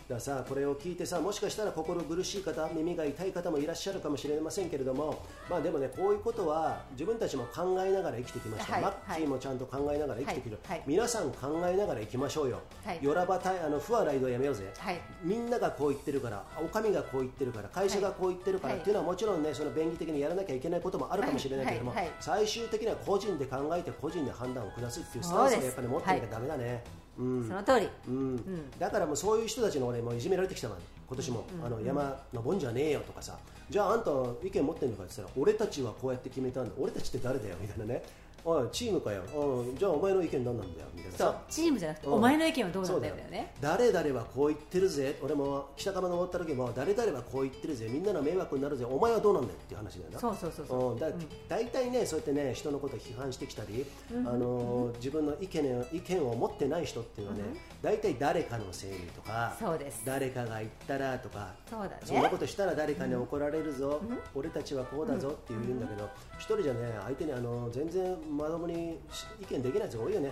B: らさこれを聞いてさもしかしたら心苦しい方耳が痛い方もいらっしゃるかもしれませんけれどもまあでもねこういうことは自分たちも考えながら生きてきました、
A: はい
B: マッキーもちゃんと考えながら生きてきる、
A: はいはい
B: 皆さん考えながら生きましょうよ、
A: はい
B: よらばたいあの不和ライドはやめようぜ、
A: はい
B: みんながこう言ってるからお上がこう言ってるから会社がこう言ってるから、
A: はい
B: っていうのはもちろんねその便宜的にやらなきゃいけないこともあるかもしれないけれども、
A: はいはいはい
B: 最終的には個人で考えて個人で判断を下すっていうスタンス
A: そうで
B: を
A: す
B: やっぱり持ってなきゃだめだね、うん
A: その通り
B: うんだからもうそういう人たちの俺もいじめられてきたの今年も、あの山登んじゃねえよとかさじゃああんた意見持ってんのかって言ったら俺たちはこうやって決めたんだ俺たちって誰だよみたいなねおいチームかよおいじゃあお前の意見何なんだよみたいな
A: そう
B: さ
A: チームじゃなくて、
B: うん
A: お前の意見はどうな
B: そ
A: ん
B: う
A: だよ
B: だよ
A: だよね
B: 誰々はこう言ってるぜ俺も北釜登った時も誰々はこう言ってるぜみんなの迷惑になるぜお前はどうなんだよっていう話だよな
A: そうそうそうそう、
B: んだ
A: ん
B: 大体ねそうやってね人のことを批判してきたり、あのー自分の意見を意見を持ってない人っていうのはね、大体誰かのせいにとか
A: そうです
B: 誰かが言ったらとか
A: そうだね
B: そんなことしたら誰かに怒られるぞ、俺たちはこうだぞって言うんだけど、一人じゃね相手にあの全然まともにし意見できないやつが多いよね。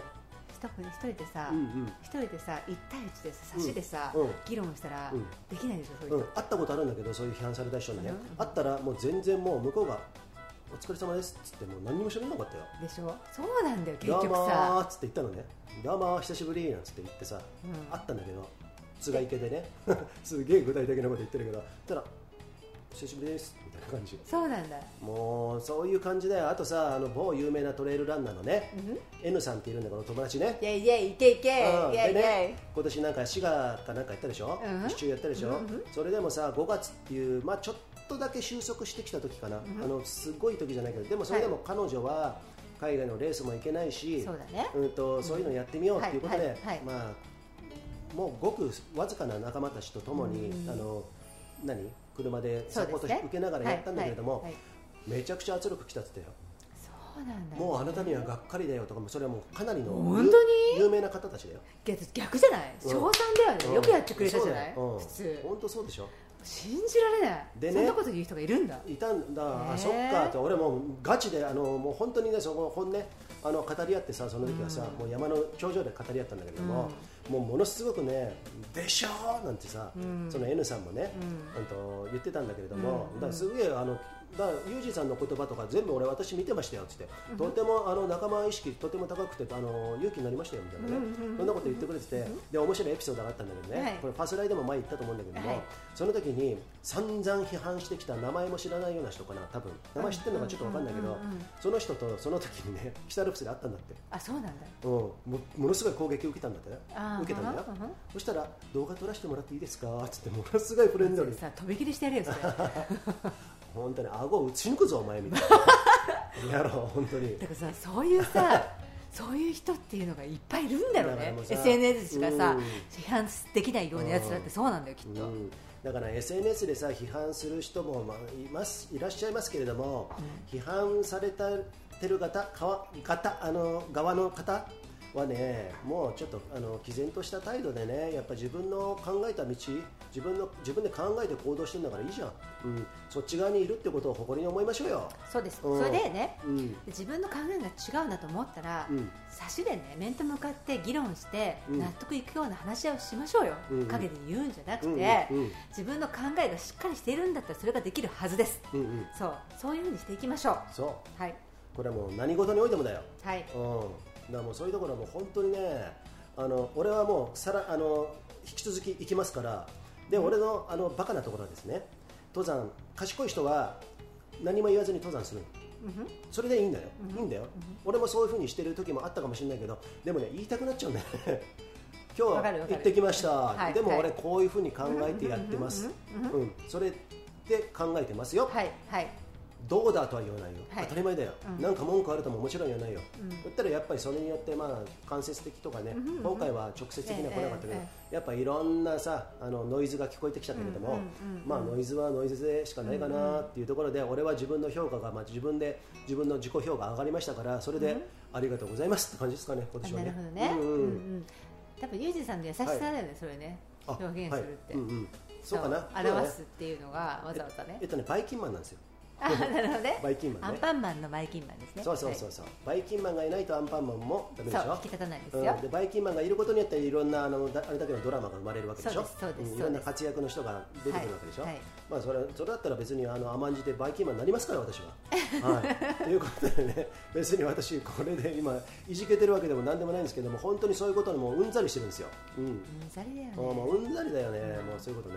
A: 特に一人でさ、
B: うんうん
A: 一人でさ一対一でさ差しでさ、
B: うん
A: 議論したら、
B: うん
A: できないでしょそういう
B: うん、
A: 人、
B: 会ったことあるんだけどそういう批判された人にね、
A: うん
B: 会ったらもう全然もう向こうが「お疲れ様です」っつってもう何にも喋らなかったよ
A: でしょそうなんだよ
B: 「
A: 結
B: どう
A: 局
B: も
A: さ
B: ー」っつって言ったのね「どうもー久しぶり」なんつって言ってさ、
A: うん
B: 会ったんだけどつがいけでね [LAUGHS] すげえ具体的なこと言ってるけどたら「久しぶりです」みたいな感じ
A: そうなんだ
B: もうそういう感じだよあとさあの某有名なトレイルランナーのね、
A: ん
B: N さんっているんだけど友達ね
A: イェイイェイいけいけイ
B: うん
A: ェイイ
B: で
A: ェイ
B: ね、今年なんか滋賀かなんかやったでしょ、
A: うん
B: 市中やったでしょ、それでもさ5月っていう、まあ、ちょっとだけ収束してきた時かな、あのすごい時じゃないけどでもそれでも彼女は海外のレースも行けないし、
A: そうだね
B: うん、とそういうのやってみようっていうこと
A: はい
B: で、
A: はいはい
B: まあ、もうごくわずかな仲間たちと共に、あの何車で
A: そう
B: サ
A: で
B: ポー
A: す
B: トし
A: ね
B: 受けながらやったんだけれども、
A: はいはいはい
B: めちゃくちゃ圧力きたって言ったよ。
A: そうなんだよ
B: もうあなたにはがっかりだよとかもそれはもうかなりの
A: 本当に
B: 有有名な方たちだよ
A: 逆逆じゃない
B: うん
A: 称賛だよね、
B: うん
A: よくやってくれたじゃない、
B: そうだようん
A: 普通
B: 本当そうでしょ
A: 信じられない、
B: でね
A: そんなこと言う人がいるんだ
B: いたんだ、あ
A: ね
B: そっかと俺もうガチであのもう本当にねそこ本音あの語り合ってさその時はさ、もう山の頂上で語り合ったんだけども、もうものすごくねでしょーなんてさ、その N さんもね、うん、と言ってたんだけれども、だからすげえあのだからユージさんの言葉とか全部俺私見てましたよって言って、とてもあの仲間意識とても高くてあの勇気になりましたよみたいなね、そんなこと言ってくれてて、で面白いエピソードがあったんだけどね、
A: はい
B: これパスライでも前言ったと思うんだけども、
A: はい
B: その時に散々批判してきた名前も知らないような人かな多分名前知ってるのかちょっと分かんないけど、その人とその時にね北アルプスで会ったんだって。
A: あそうなんだ
B: うん、もものすごい攻撃を受けたんだってね
A: あー
B: 受けたんだよ
A: うんうん
B: そしたら動画撮らせてもらっていいですかつってものすごいフレンドリー
A: さ飛び切りしてやれよそれだか
B: 本当に顎を打ち抜くぞお前みたい
A: [LAUGHS]
B: なやろう本当に
A: らさそういうさそういう人っていうのがいっぱいいるんだろう
B: だから
A: ね
B: もうさ
A: SNS しかさ
B: うん
A: 批判できないようなやつだってそうなんだよきっ
B: う
A: と、
B: ん、だから SNS でさ批判する人も、まあ、いますいらっしゃいますけれども、批判されてる方かわ方あの側の方はねもうちょっとあの毅然とした態度でねやっぱ自分の考えた道自分の自分で考えて行動してるんだからいいじゃん、うん、そっち側にいるってことを誇りに思いましょうよ、
A: そうです、
B: うん
A: それでね
B: うん
A: 自分の考えが違うんだと思ったら、
B: うん
A: 差しでね面と向かって議論して、
B: うん
A: 納得いくような話し合いをしましょうよ、
B: うんうん
A: 陰で言うんじゃなくて、
B: うんうん
A: 自分の考えがしっかりしているんだったらそれができるはずです
B: うんうん、
A: そうそういうふうにしていきましょう
B: そう
A: はい
B: これはもう何事においてもだよ、
A: はい
B: うん、だからもうそういうところはもう本当にねあの俺はもうさらあの引き続き行きますからで、俺のあのバカなところはですね登山賢い人は何も言わずに登山するのそれでいいんだよ、いいんだよ、俺もそういう風にしてる時もあったかもしれないけどでもね言いたくなっちゃうんだよ [LAUGHS] ね今日
A: わ
B: は
A: かるわか
B: 行
A: る
B: ってきました、
A: はい
B: でも
A: は
B: 俺
A: い
B: こういう風に考えてやってます、うん、それで考えてますよ、
A: はいはい
B: どうだとは言わないよ、
A: はい
B: 当たり前だよ、
A: うん
B: なんか文句あるとももちろん言わないよ、
A: うん
B: だったらやっぱりそれによってまあ間接的とかね、
A: うんうんうん
B: 今回は直接的には来なかったけど、
A: えええ
B: やっぱいろんなさあのノイズが聞こえてきたけれども、
A: うんうんうん
B: まあノイズはノイズでしかないかなっていうところで、俺は自分の評価が、まあ、自分で自分の自己評価が上がりましたからそれで、ありがとうございますって感じですかね今
A: あ
B: 年は
A: な
B: ね
A: るほどね、
B: うん
A: うん
B: う
A: うんん多分ユージさんの優しさだよね、それね
B: あ
A: 表現するって、
B: はいうんうん、そうかな
A: 表すっていうのがわざわざね
B: えっとね、バイキンマンなんですよ。
A: あなるほどね
B: バイキンマンね
A: アンパンマンのバイキンマンですね
B: そうそうそう
A: は
B: そう、バイキンマンがいないとアンパンマンもダメ
A: い
B: でし
A: そ
B: ょ
A: う引き立たないですよ、
B: うん、でバイキンマンがいることによっていろんなあのだあれだけのドラマが生まれるわけでしょ
A: そうですそうです
B: んいろんな活躍の人が出てくるわけでしょ、
A: はいはい
B: まあ、それそれだったら別にあの甘んじてバイキンマンになりますから私
A: [LAUGHS]
B: は、はい、ということでね別に私これで今いじけてるわけでも何でもないんですけども本当にそういうことにもううんざりしてるんですよ、うん
A: うんざりだよね
B: もうもううんざりだよね、もうそういうことね、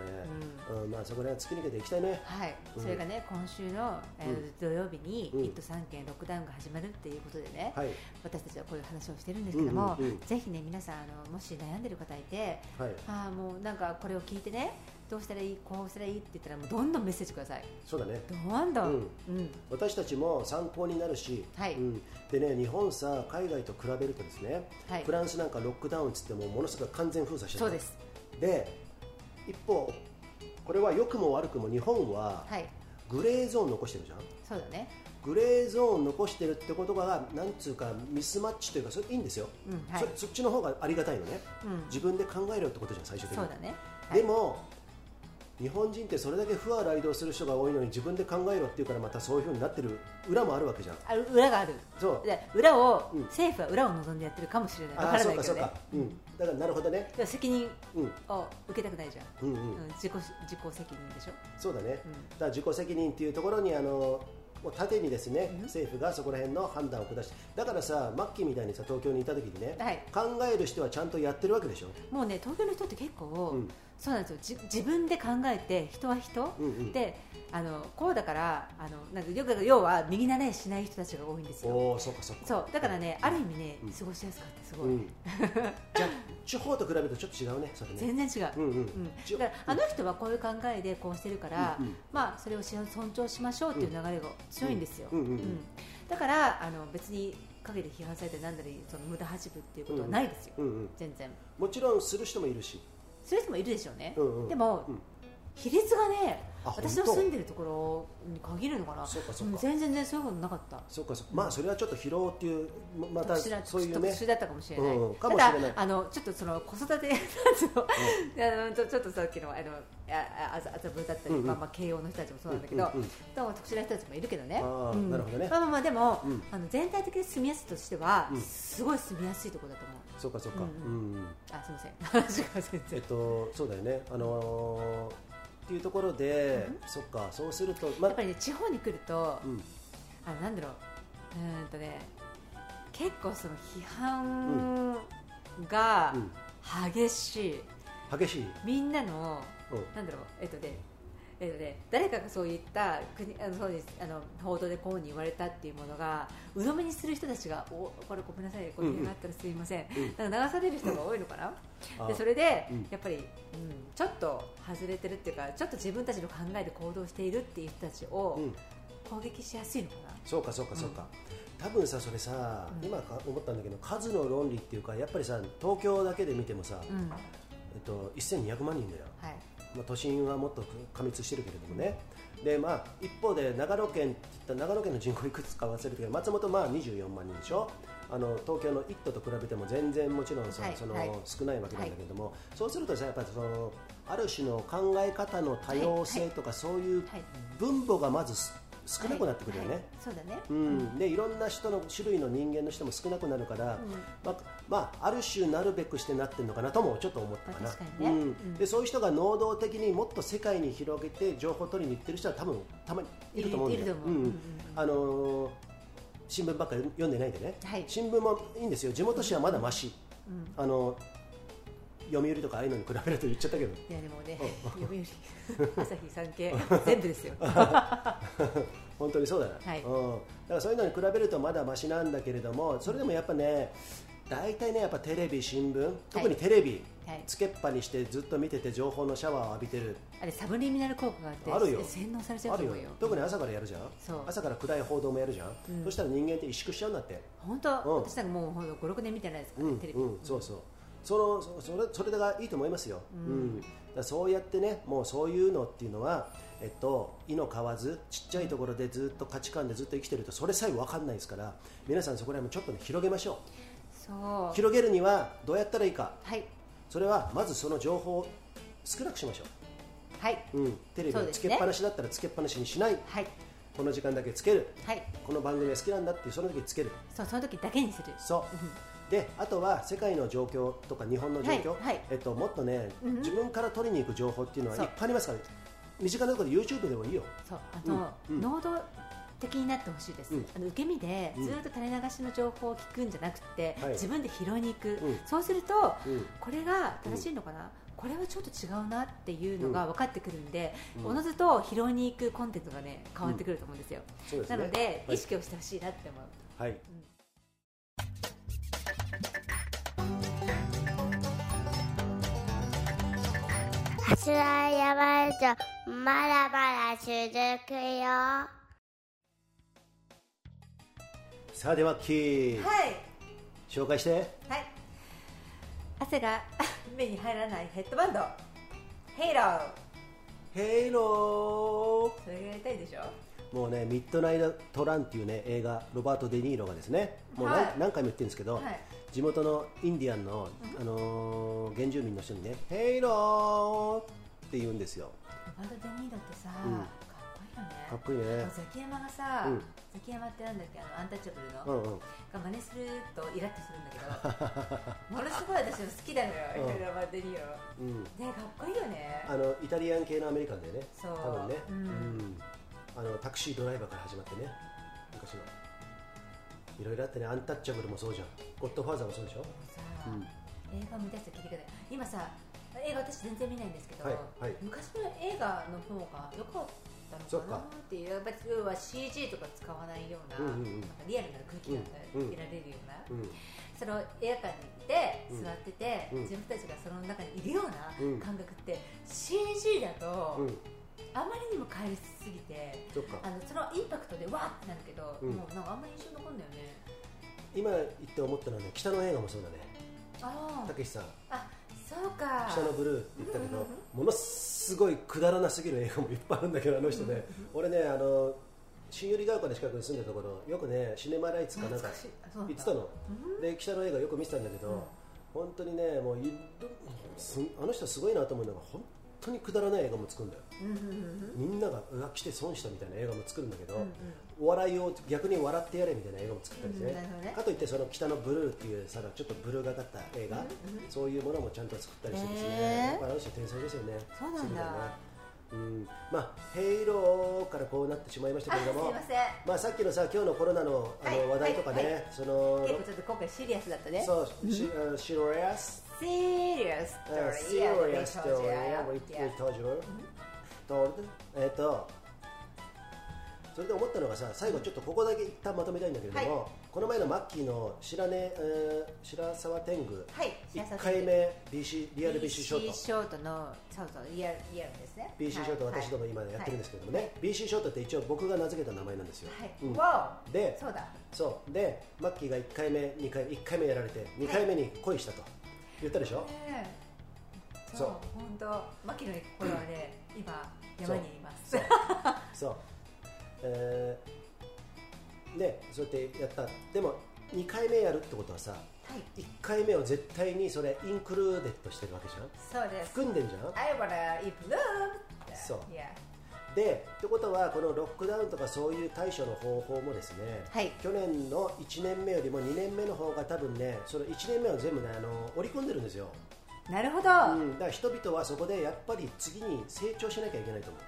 B: うんまあ、そこら辺突き抜けていきたいね
A: はい、
B: うん
A: それがね今週の、えー
B: うん
A: 土曜日に
B: うん
A: 1都3県ロックダウンが始まるっていうことでね、
B: はい
A: 私たちはこういう話をしてるんですけども、
B: うんうんうん
A: ぜひね皆さんあのもし悩んでる方いて
B: はい
A: ああもうなんかこれを聞いてねどうしたらいいこうしたらいいって言ったらもうどんどんメッセージください
B: そうだね
A: どんどん、
B: う
A: うんん
B: 私たちも参考になるし、
A: はい
B: うん、でね日本さ海外と比べるとですね、
A: はい
B: フランスなんかロックダウンっつってもものすごく完全封鎖してる
A: そうです
B: で一方これは良くも悪くも日本は
A: はい
B: グレーゾーン残してるじゃん
A: そうだね
B: グレーゾーン残してるってことがなんつうかミスマッチというかそれいいんですよ、
A: うんはい
B: そそっちの方がありがたいのね
A: うん
B: 自分で考えろってことじゃん最終的に
A: そうだね
B: でも日本人ってそれだけ不和雷動する人が多いのに自分で考えろっていうからまたそういうふうになってる裏もあるわけじゃん
A: あ裏がある
B: そう
A: で裏を、
B: うん
A: 政府は裏を望んでやってるかもしれないわ
B: あ
A: か
B: あ
A: ら
B: そ
A: な
B: う
A: い
B: か
A: け
B: そ
A: ど
B: う
A: ね
B: か、うん、だからなるほどね、
A: でも責任
B: うん
A: を受けたくないじゃん、
B: うんうん
A: うん、自己自己責任でしょ
B: そうだね、
A: うん
B: だから自己責任っていうところにあのもう縦にですね、
A: うん
B: 政府がそこら辺の判断を下してだからさマッキーみたいにさ東京にいた時にね、
A: はい
B: 考える人はちゃんとやってるわけでしょ、
A: もうね東京の人って結構、
B: うん
A: そうなんですよじ自分で考えて人は人、
B: うんうん
A: であのこうだからあのなんかよく要は右慣れしない人たちが多いんですよ
B: おおそうかそうか
A: そうだからねある意味ね、
B: うん
A: 過ごしやすかったすご
B: う
A: い、
B: ん、
A: [LAUGHS]
B: じゃあ地方と比べるとちょっと違うねそれね
A: 全然違う、
B: うんうん、
A: うん
B: ち
A: だからあの人はこういう考えでこうしてるから、
B: うんうん
A: まあ、それをし尊重しましょうっていう流れが強いんですよ、
B: うんうんうんうん
A: だからあの別に陰で批判されてなんだりその無駄八分っていうことはないですよ、
B: うんうん、
A: 全然
B: もちろんする人もいるし、
A: そういう人もいるでしょうね、
B: うんうん
A: でも、
B: うん
A: 比率がね
B: あ
A: 私
B: 本
A: の
B: 当
A: 住んでるところに限るのかな
B: そうかそうか
A: ん全然全然そういうことなかった
B: そうかそうかまあそれはちょっと疲労っていうままた
A: 特殊な
B: そういうね
A: 特殊だったかもしれない、
B: うんかも
A: た
B: しれ
A: だ
B: ない
A: あのちょっとその子育てなんつうのあのちょちょっとさっきのあのあああざぶだったり、
B: うんうん
A: まあ、まあ慶応の人たちもそうなんだけど、
B: うんうんうん
A: どうも特殊な人たちもいるけどね
B: あー
A: うん
B: なるほどね
A: まあまあまあでも、
B: うん
A: あの全体的に住みやすさとしては、
B: うん
A: すごい住みやすいところだと思う
B: そうかそうか、
A: うん
B: うん
A: あすいません [LAUGHS] 話が全
B: え
A: 然
B: っとそうだよねあのーっていうところで、そっかそうするとま
A: やっぱりね地方に来ると、
B: うん
A: あのなんだろううーんとね結構その批判が
B: うん
A: 激しい、
B: 激しい、
A: みんなの
B: うん
A: なんだろうえっとねえっとね、誰かがそういった国あのそうですあの報道でこういうふうに言われたっていうものが鵜呑みにする人たちがおこれごめんなさいこういうのがあったらすいません、
B: うん
A: なんか流される人が多いのかな、
B: あ
A: でそれで、
B: うん
A: やっぱり、うん、ちょっと外れてるっていうかちょっと自分たちの考えで行動しているっていう人たち
B: う
A: を
B: ん
A: 攻撃しやすいのかな、
B: そうかそうかそうか、多分さそれさ、
A: うん
B: 今か思ったんだけど数の論理っていうかやっぱりさ東京だけで見てもさ、
A: うんは
B: えっと、1200万人だよ、
A: い、
B: まあ、都心はもっと過密してるけれどもね、でまあ、一方で長野県って言ったら長野県の人口いくつか忘れてるけど松本まあ24万人でしょあの東京の1都と比べても全然もちろんそ,、
A: はい
B: その
A: はい
B: 少ないわけなんだけれども、そうするとさやっぱりそのある種の考え方の多様性とか、そういう
A: はい
B: 分母がまずす少なくなってくるよね。
A: はいはいそうだね。
B: うん、でいろんな人の種類の人間の人も少なくなるか
A: う
B: ら、
A: ん
B: まあまあ、ある種なるべくしてなってるのかなともちょっと思ったかな
A: まあ確かにね
B: うん
A: うん
B: でそういう人が能動的にもっと世界に広げて情報を取りに行ってる人は多分たまにいると思うんだ
A: い
B: よ
A: ると
B: う
A: 思うんうんうん
B: あのー新聞ばっかり読んでないでね、
A: はい
B: 新聞もいいんですよ地元紙はまだまし、
A: うん
B: あのー読売とかああいうのに比べると言っちゃったけど
A: いやでもね
B: う、
A: 読売、
B: [LAUGHS]
A: 朝日、産経、全部ですよ。
B: 本当にそうだな、
A: はい
B: うん、だからそういうのに比べるとまだましなんだけれどもそれでもやっぱね大体ねやっぱテレビ新聞特にテレビ、
A: はい
B: つけっぱにしてずっと見てて情報のシャワーを浴びてる
A: あれサブリミナル効果があって、
B: あるよ
A: 洗脳されちゃ
B: あ
A: うと
B: る
A: 思
B: よ
A: うよ。
B: 特に朝からやるじゃん
A: そう
B: 朝から暗い報道もやるじゃん、
A: うん
B: そしたら人間って萎縮しちゃうんだって
A: 本
B: うん
A: 当、私なんかもうほんと5、6年見てないですか
B: う
A: ら
B: ん
A: ね、テレビ
B: う。ん、そうそうそのそそれそれがいいと思いますよ、うんだからそうやってねもうそういうのっていうのは、えっと、意の買わずちっちゃいところでずっと価値観でずっと生きてるとそれさえ分かんないですから皆さんそこら辺もちょっと、ね、広げましょう
A: そう。
B: 広げるにはどうやったらいいか
A: はい。
B: それはまずその情報を少なくしましょ
A: はい。
B: う、うん、テレビ
A: そ
B: を
A: うで
B: つ
A: す
B: け
A: ね
B: っぱなしだったらつけっぱなしにしない
A: はい。
B: この時間だけつける
A: はい
B: この番組が好きなんだっていうその時つける
A: そうその時だけにする
B: そうであとは世界の状況とか日本の状況、
A: はいはい
B: えっと、もっとね、
A: うん
B: 自分から取りに行く情報っていうのはいっ
A: そう
B: ぱいありますから身近なところで YouTube でもいいよ
A: そうあの、
B: うんうん
A: 能動的になってほしいです、
B: うん
A: あの受け身で
B: うん
A: ずっと垂れ流しの情報を聞くんじゃなくて、
B: はい
A: 自分で拾いに行く、
B: うん
A: そうすると
B: うん
A: これが正しいのかな、これはちょっと違うなっていうのが分かってくるんで、
B: うん
A: おのずと拾いに行くコンテンツがね変わってくると思うんですよ、
B: そうです
A: な
B: ね
A: ので、
B: はい
A: 意識をしてほしいなって思う
B: はい
D: 柱山ラジオまだまだ続くよ
B: さあではキー、
A: はい
B: 紹介して
A: はい汗が [LAUGHS] 目に入らないヘッドバンドヘイロー
B: ヘイロ
A: それがやりたいでしょ
B: ーもうねミッドナイトランっていうね映画ロバート・デ・ニーロがですねもう何,、
A: はい
B: 何回も言ってるんですけど、
A: はい
B: 地元のインディアンの、あのー原住民の人にねヘイローって言うんですよ
A: ロバート・デ・ニーロってさ、
B: うん
A: かっこいいよね
B: かっこいい
A: でもザ
B: ね
A: キヤマがさ、
B: うん
A: ザキヤマってなんだっけあのアンタッチャブルの、
B: うんうん
A: が真似するとイラッとするんだけどものすごい私は好きなのよ、
B: うん
A: ロバート・デ・ニーロ
B: うん
A: ねかっこいいよね
B: あのイタリアン系のアメリカンだよね、
A: そう
B: 多分ね、
A: うん
B: あのタクシードライバーから始まってね、昔の、いろいろあってね、アンタッチャブルもそうじゃん、ゴッドファーザーもそうでしょ、
A: さ、
B: うん
A: 映画を見出す切り方今さ映画私全然見ないんですけど、
B: はいはい
A: 昔の映画の方が良かった
B: そ
A: の
B: っ
A: かな
B: か
A: っていうやっぱり要は CG とか使わないような,、
B: うんうんうん
A: なんかリアルな空気感が
B: うんうん
A: 得られるような、
B: うん、
A: その映画館に行って
B: うん
A: 座ってて、
B: うん
A: 自分たちがその中にいるような
B: うん
A: 感覚って、CG だと、
B: うん、
A: あまりにも変えすぎて
B: そっか
A: あ、のそのインパクトでわーってなるけど、
B: うん
A: もうなんかあんまり印象残んだよね
B: 今言って思ったのはね、北の映画もそうだね、
A: あ
B: たけしさん、
A: ああそうか
B: 北のブルーって言ったけ
A: うんう
B: ど
A: ん、
B: ものすごいくだらなすぎる映画もいっぱいあるんだけど、あの人ね、俺ね、あの新百合ヶ丘の近くに住んでたところ、よくね、シネマライツかなんか
A: 懐かしいあそうなんだ
B: 行ってたの、で北の映画よく見てたんだけど、
A: うん
B: 本当にねもういすあの人すごいなと思うのが本当にくだらない映画も作るんだよ
A: うんうんうん
B: みんなが浮気して損したみたいな映画も作るんだけど、
A: うんうん
B: お笑いを逆に笑ってやれみたいな映画も作ったりしてね,、
A: うんなるほどね
B: かといってその北のブルーっていうさちょっとブルーがかった映画、そういうものもちゃんと作ったりしてですね、
A: へー
B: やっぱあの人天才ですよね
A: そうなんだ
B: すごいよねうんまあ、ヘイローからこうなってしまいました
A: あ
B: け
A: す
B: れ
A: い
B: ども
A: ません
B: まあ、さっきのさ今日のコロナのあ
A: はい
B: の話題とかね、
A: はいはい
B: その
A: 結構ちょっと今回シリアスだったね
B: そうしあのシロエス
A: Serious
B: シロ
A: story
B: エスという登場とえっとそれで思ったのがさ最後ちょっとここだけ一旦まとめたいんだけれども、
A: は
B: この前のマッキーの白,、ねえー白沢天狗、
A: はい
B: 一1回目 BC リアル BC ショート
A: BC ショートのそうそうリアルリアルですね
B: BC ショート
A: はい
B: 私ども今やってるんですけどもね、BC ショートって一応僕が名付けた名前なんですよ、
A: はい、
B: うん
A: わお
B: で
A: そうだ
B: そうでマッキーが1回目2回1回目やられて2回目に恋したと言ったでしょ、
A: ねえ
B: そ
A: そうう本当牧野頃はね、今山にいます
B: そう [LAUGHS] そう、えーでそうやってやったでも2回目やるってことはさ
A: はい
B: 1回目を絶対にそれインクルーデットしてるわけじゃん
A: そうです
B: 含んでんじゃん
A: I wanna improve
B: そう
A: yeah.
B: でってことはこのロックダウンとかそういう対処の方法もですね、
A: はい
B: 去年の1年目よりも2年目の方が多分ねその1年目を全部ねあの織り込んでるんですよ、
A: なるほど、
B: うん、だから人々はそこでやっぱり次に成長しなきゃいけないと思う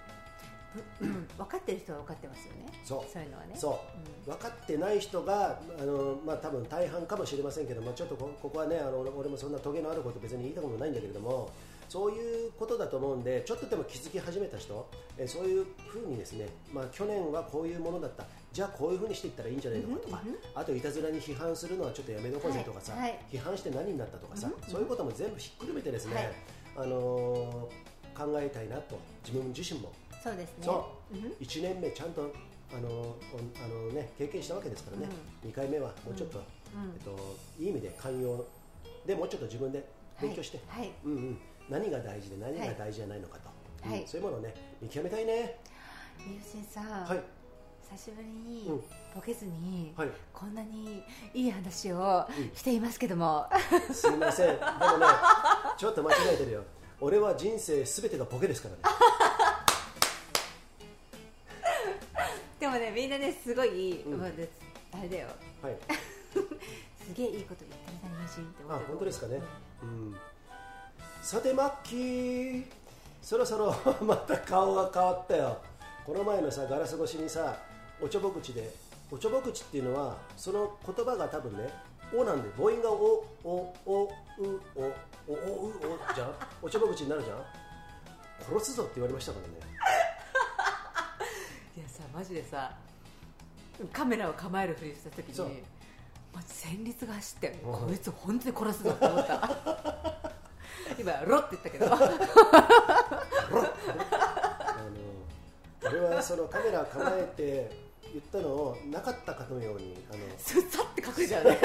A: うん分かってる人は分かってますよね
B: そう
A: そういうのはね
B: そう、分かってない人が、あのまあ多分大半かもしれませんけども、ちょっとこここはねあの、俺俺もそんなトゲのあること、別に言いたことないんだけれども、そういうことだと思うんで、ちょっとでも気づき始めた人、えーそういうふうにですね、まあ、去年はこういうものだった、じゃあこういうふうにしていったらいいんじゃないのかとか、あといたずらに批判するのはちょっとやめとこうぜとかさ、
A: はいはい
B: 批判して何になったとかさ、そういうことも全部ひっくるめてですね、
A: はい
B: あのー考えたいなと、自分自身も。
A: そうですね
B: そう、1年目ちゃんとあのおあの、ね、経験したわけですからね、2回目はもうちょっと、えっと、いい意味で寛容でもうちょっと自分で勉強して、
A: はい、はい
B: うんうん、何が大事で何が大事じゃないのかと、
A: はい
B: うんそういうものをね見極めたいね。
A: 三好さん、
B: はい、
A: 久しぶりに
B: うん
A: ボケずに、
B: はい
A: こんなにいい話を
B: うん
A: していますけども、 [LAUGHS]
B: すいません、でもね、ちょっと間違えてるよ、俺は人生すべてがボケですからね、
A: でももねみんなねすごい、
B: ん
A: まあであれだよ
B: はい、
A: すげえいいこと言ってるな友人って思
B: あ
A: ってる
B: 本当ですかね、うん、さてマッキーそろそろ [LAUGHS] また顔が変わったよこの前のさガラス越しにさおちょぼ口でおちょぼ口っていうのはその言葉が多分ね「お」なんで母音が「お」「お」「お」「う」「お」「お」「お」「う」「お」じゃんおちょぼ口になるじゃん殺すぞって言われましたからね
A: いやさマジでさカメラを構えるふりした時
B: そう
A: にマジ戦慄が走って
B: うん
A: こいつ本当に殺すぞって思
B: [LAUGHS]
A: った今ロって言ったけど
B: あの俺はそのカメラ構えて言ったのをなかったかのようにあの
A: すっさって隠れち
B: [LAUGHS]
A: ゃうね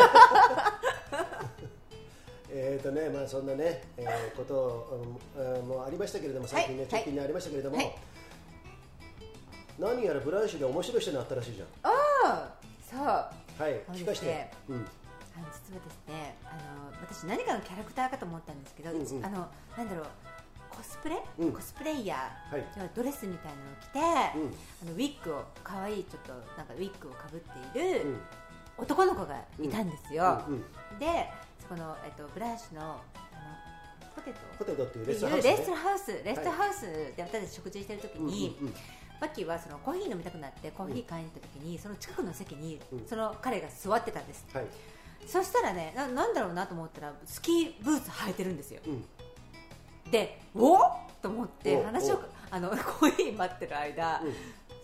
B: えーとねまあ、そんなね、えーこと、うんうんもありましたけれども、最近ね、
A: はい
B: 直近でありましたけれども、
A: はい
B: 何やらブランシュで面白い人になったらしいじゃん、
A: そうあ
B: はい、
A: そうですね
B: 聞かして、うん、
A: の実はですねあの私何かのキャラクターかと思ったんですけど、
B: うんうん
A: あのなんだろうコスプレ、
B: うん
A: コスプレイヤー
B: はい、
A: 要はドレスみたいなのを着て、
B: うん、
A: あのウィッグを可愛いちょっとなんかウィッグをかぶっている
B: ん、
A: 男の子がいたんですよ、
B: うんうん
A: でそこの、えっと、ブランシュのあのポテト
B: ポテトっていう
A: ってい
B: レストラン
A: う
B: で
A: レ
B: す
A: ス
B: ね
A: トハウス、レストハウスで私たち食事してる時に、
B: うんうんうん
A: バッキーはそのコーヒー飲みたくなってコーヒー買いに行った時に、その近くの席に、
B: うん
A: その彼が座ってたんです
B: はい、
A: そしたらねななんだろうなと思ったらスキーブーツ履いてるんですよ
B: うん、
A: でおと思って
B: お
A: 話を
B: お
A: あの [LAUGHS] コーヒー待ってる間、
B: うん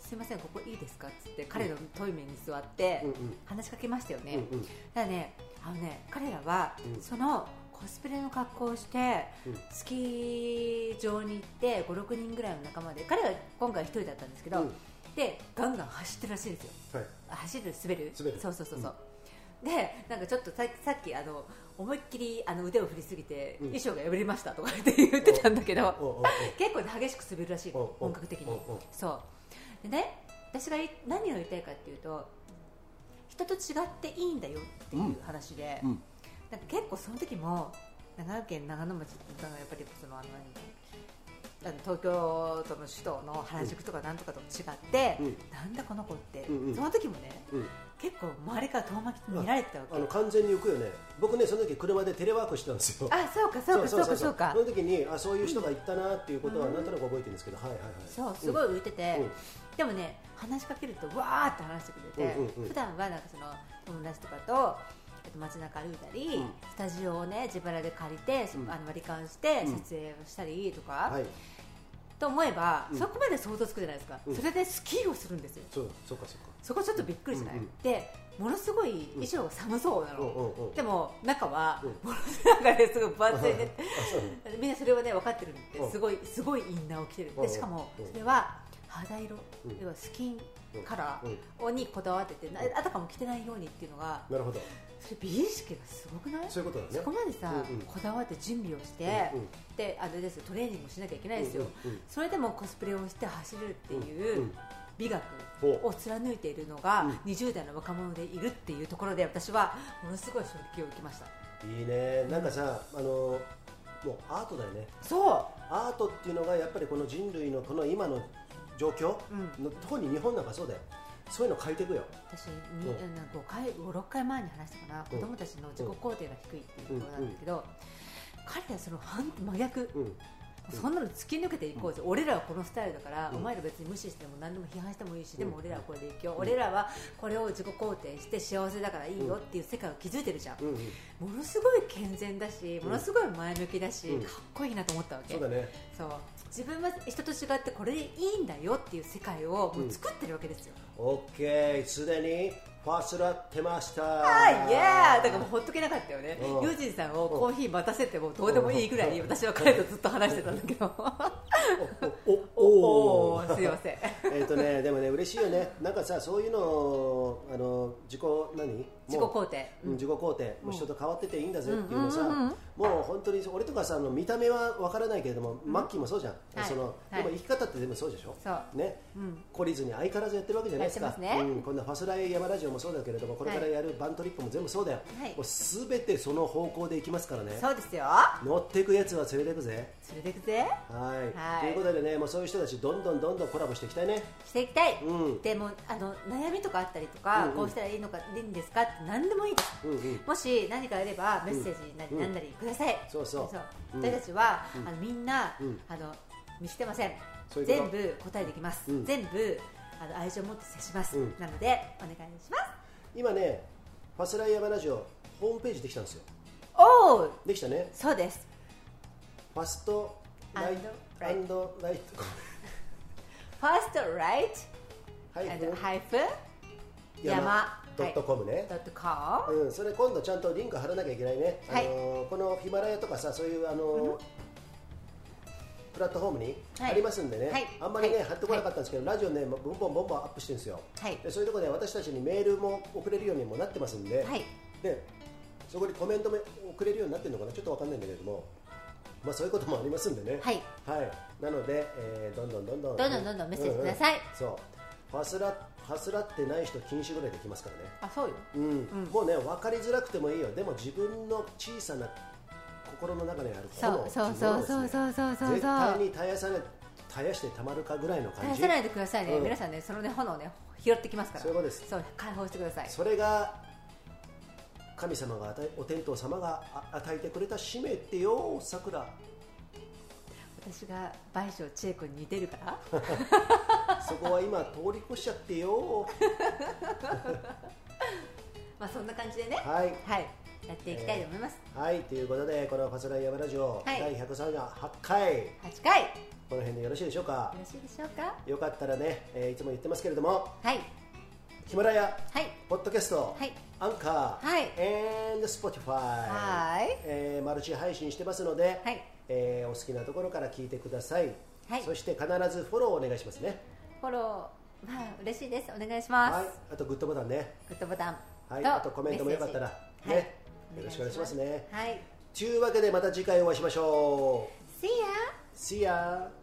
A: すいませんここいいですかっつって彼のトイメに座って、
B: うんうん
A: 話しかけましたよね、
B: うんうん
A: ただねあのね彼らは、
B: うん
A: そのコスプレの格好をして、
B: うん
A: スキー場に行って56人ぐらいの仲間で彼は今回一人だったんですけど、
B: うん
A: でガンガン走ってるらしいんですよ
B: はい、
A: あ走る滑る
B: 滑る
A: そうそうそうそう、でなんかちょっとささっきあの思いっきりあの腕を振りすぎて、
B: うん
A: 衣装が破れましたとか言って言ってたんだけど、
B: おうおうおう
A: 結構ね激しく滑るらしい
B: おうおう
A: 本格的に
B: おうおう
A: そうでね私がい何を言いたいかっていうと人と違っていいんだよっていう話で、
B: うんうん
A: なんか結構その時も長野県長野町ってやっぱりそのあの何あの東京都の首都の原宿とかなんとかと違って、
B: うん
A: なんだこの子って、
B: うんうん
A: その時もね
B: うん、
A: 結構周りから遠巻きに見られてたわけ
B: あの完全に浮くよね、僕ね、その時車でテレワークしてたんですよ。
A: あそうかそうかそうかそうか
B: その時にあそういう人がいたなっていうことはなんとなく覚えてるんですけど、はいはいはい
A: そうすごい浮いてて、
B: うん
A: でもね話しかけるとわーって話してくれて、
B: うんうんうん
A: 普段はなんかその友達とかとえっと街中歩いたり、
B: うん
A: スタジオをね自腹で借りて、
B: うん
A: あの割り勘して
B: うん
A: 撮影をしたりとか、
B: はい、
A: と思えば、
B: うん
A: そこまで想像つくじゃないですか、
B: うん
A: それでスキーをするんですよ
B: そうそうかそうか
A: そこちょっとびっくりじゃない、
B: うんうん
A: でものすごい衣装が寒そうなの、
B: うんうんうん
A: でも中は、
B: う
A: ものすごいなんかねすごい分厚いね
B: あそう
A: みんなそれはね分かってるん
B: う
A: で
B: ん
A: すごいすごいインナーを着てるん
B: うん
A: でしかも
B: うん
A: それは肌色
B: うん
A: 要はスキンカラ
B: うん
A: ーにこだわっててなあたかも着てないようにっていうのが
B: なるほど
A: それ美意識がすごくない
B: そ
A: そう
B: いうことだね
A: こまでさ
B: うんうん
A: こだわって準備をして
B: うんうん
A: であれですよトレーニングもしなきゃいけないですよ
B: うんうんうん
A: それでもコスプレをして走るってい
B: うんう
A: うん美学
B: ほ
A: を貫いているの
B: うん
A: が20代の若者でいるっていうところで私はものすごい衝撃を受けました
B: いいねなんかさあのもうアートだよね
A: そ
B: アートっていうのがやっぱりこの人類のこの今の状況
A: うん
B: の、特に日本なんかそうだよそういうの変えていくよ
A: う私に
B: うん
A: うん5回56回前に話したかな
B: うん
A: 子供たちの自己肯定が低いっていうことなんだけど彼らはその反真逆
B: うんうん
A: そんなの突き抜けていこうぜ、俺らはこのスタイルだから、
B: うん
A: お前ら別に無視しても何でも批判してもいいし、で
B: う
A: も
B: ん
A: 俺らはこれでいいよ、俺らはこれを自己肯定して幸せだからいいよっていう世界を築いてるじゃん、
B: うんうん
A: ものすごい健全だし、
B: ん
A: ものすごい前向きだし、
B: うん
A: かっこいいなと思ったわけ、
B: そうだね
A: そう自分は人と違ってこれでいいんだよっていう世界をもう作ってるわけですよ、
B: オッケーすでにファスラってました
A: あーイエーイだからもうほっとけなかったよね、
B: うん
A: ユージンさんをコーヒー待たせてもどうでもいいぐらい、私は彼とずっと話してたんだけど、お
B: おおお
A: [LAUGHS] おーすいません。
B: えっとね、でもね、嬉しいよね、なんかさ、そういうのを、あの自己、何、
A: 自己肯定、
B: うん自己肯定、もう人と変わってていいんだぜっていうのさ、
A: うんうんうんうん
B: もう本当に俺とかさあの見た目は分からないけれども、マッキーもそうじゃん、
A: はい
B: その
A: はい
B: でも生き方って全部そうでしょ、
A: そう
B: ね
A: うん
B: 懲りずに相変わらずやってるわけじゃないです
A: やっ
B: か
A: てますね
B: うん、こんなファスライ山ラジオもそうだけれどもこれからやるバントリップも全部そうだよ、
A: はい
B: もう全てその方向でいきますからね
A: そうですよ
B: 乗っていくやつは連れていくぜ
A: それでいくぜ
B: はい、
A: はい
B: ということでねもうそういう人たちどんどんどんどんコラボしていきたいね
A: していきたい、
B: うん
A: でもあの悩みとかあったりとか、
B: うんうん
A: こうしたらいいのかいいんですかって何でもいいです
B: うんうん
A: [LAUGHS] もし何かあればメッセージなり
B: うん
A: 何なりください、
B: そうそううん
A: 私たちは、あのみんな、
B: うん
A: あの見捨てません
B: そういうこ
A: 全
B: と
A: 部答えできます、
B: うん
A: 全部あの愛情を持って接します、
B: うん
A: なのでお願いします
B: 今ねファスライ山ラジオホームページできたんですよ
A: おお
B: できたね
A: そうです
B: ファストライト
A: And right
B: ライト
A: ファーストライ
B: ハ
A: ト
B: イフン
A: ハイフ山
B: 山ドットコムね、
A: ドットコム
B: うん、それ今度ちゃんとリンク貼らなきゃいけないね、
A: はい
B: あのーこのヒマラヤとかさそういうあのー、プラットフォームに
A: はい
B: ありますんでね、
A: はい
B: あんまりね、
A: はい
B: 貼ってこなかったんですけど、ラジオねボンボンボンボンアップしてるんですよ、
A: はい
B: でそういうところで私たちにメールも送れるようにもなってますんで、
A: はい
B: でそこにコメントも送れるようになってるのかなちょっとわかんないんだけれどもまあそういうこともありますんでね
A: はい、
B: なので、えーどんどんどんどん
A: どんどんどんどんメッセージください
B: そうファスラファスラってない人禁止ぐらいできますからね
A: あそうよ
B: うん、もうね分かりづらくてもいいよでも自分の小さな心の中にある
A: そ
B: 炎
A: うそうそうそう
B: う
A: そうそうそうそう
B: 絶対に絶やさない絶やしてたまるかぐらいの
A: 絶
B: 感
A: や
B: じ
A: さないでくださいね、
B: うん
A: 皆さんねそのね炎をね拾ってきますから
B: そういうことです
A: そう解放してください
B: それが神様が与えお天道様があ与えてくれた使命ってよさくら
A: 私が倍賞千恵子に似てるから
B: そこは今通り越しちゃってよ
A: まあそんな感じでね
B: はい
A: はいやっていきたいと思います、
B: はいということでこの「ファスライヤマラジオ」
A: はい
B: 第138回
A: 8回よ
B: この辺でよろしいでしょうか
A: ろしいでしょうか
B: よかったらね、えーいつも言ってますけれども
A: はい
B: ヒマラヤ
A: はい
B: ポッドキャスト、
A: はい
B: アンカー、
A: はい
B: and Spotify、
A: はい
B: えーマルチ配信してますので、
A: はい
B: えーお好きなところから聞いてください、
A: はい
B: そして必ずフォローお願いしますね、
A: フォローまあ嬉しいですお願いします、
B: はい、あとグッドボタンね、
A: グッドボタン
B: はい、あとコメントもよかったら、
A: メッセージ
B: ね、よろしくお願いしますね。
A: はい
B: というわけでまた次回お会いしましょう。
A: See ya!
B: See ya!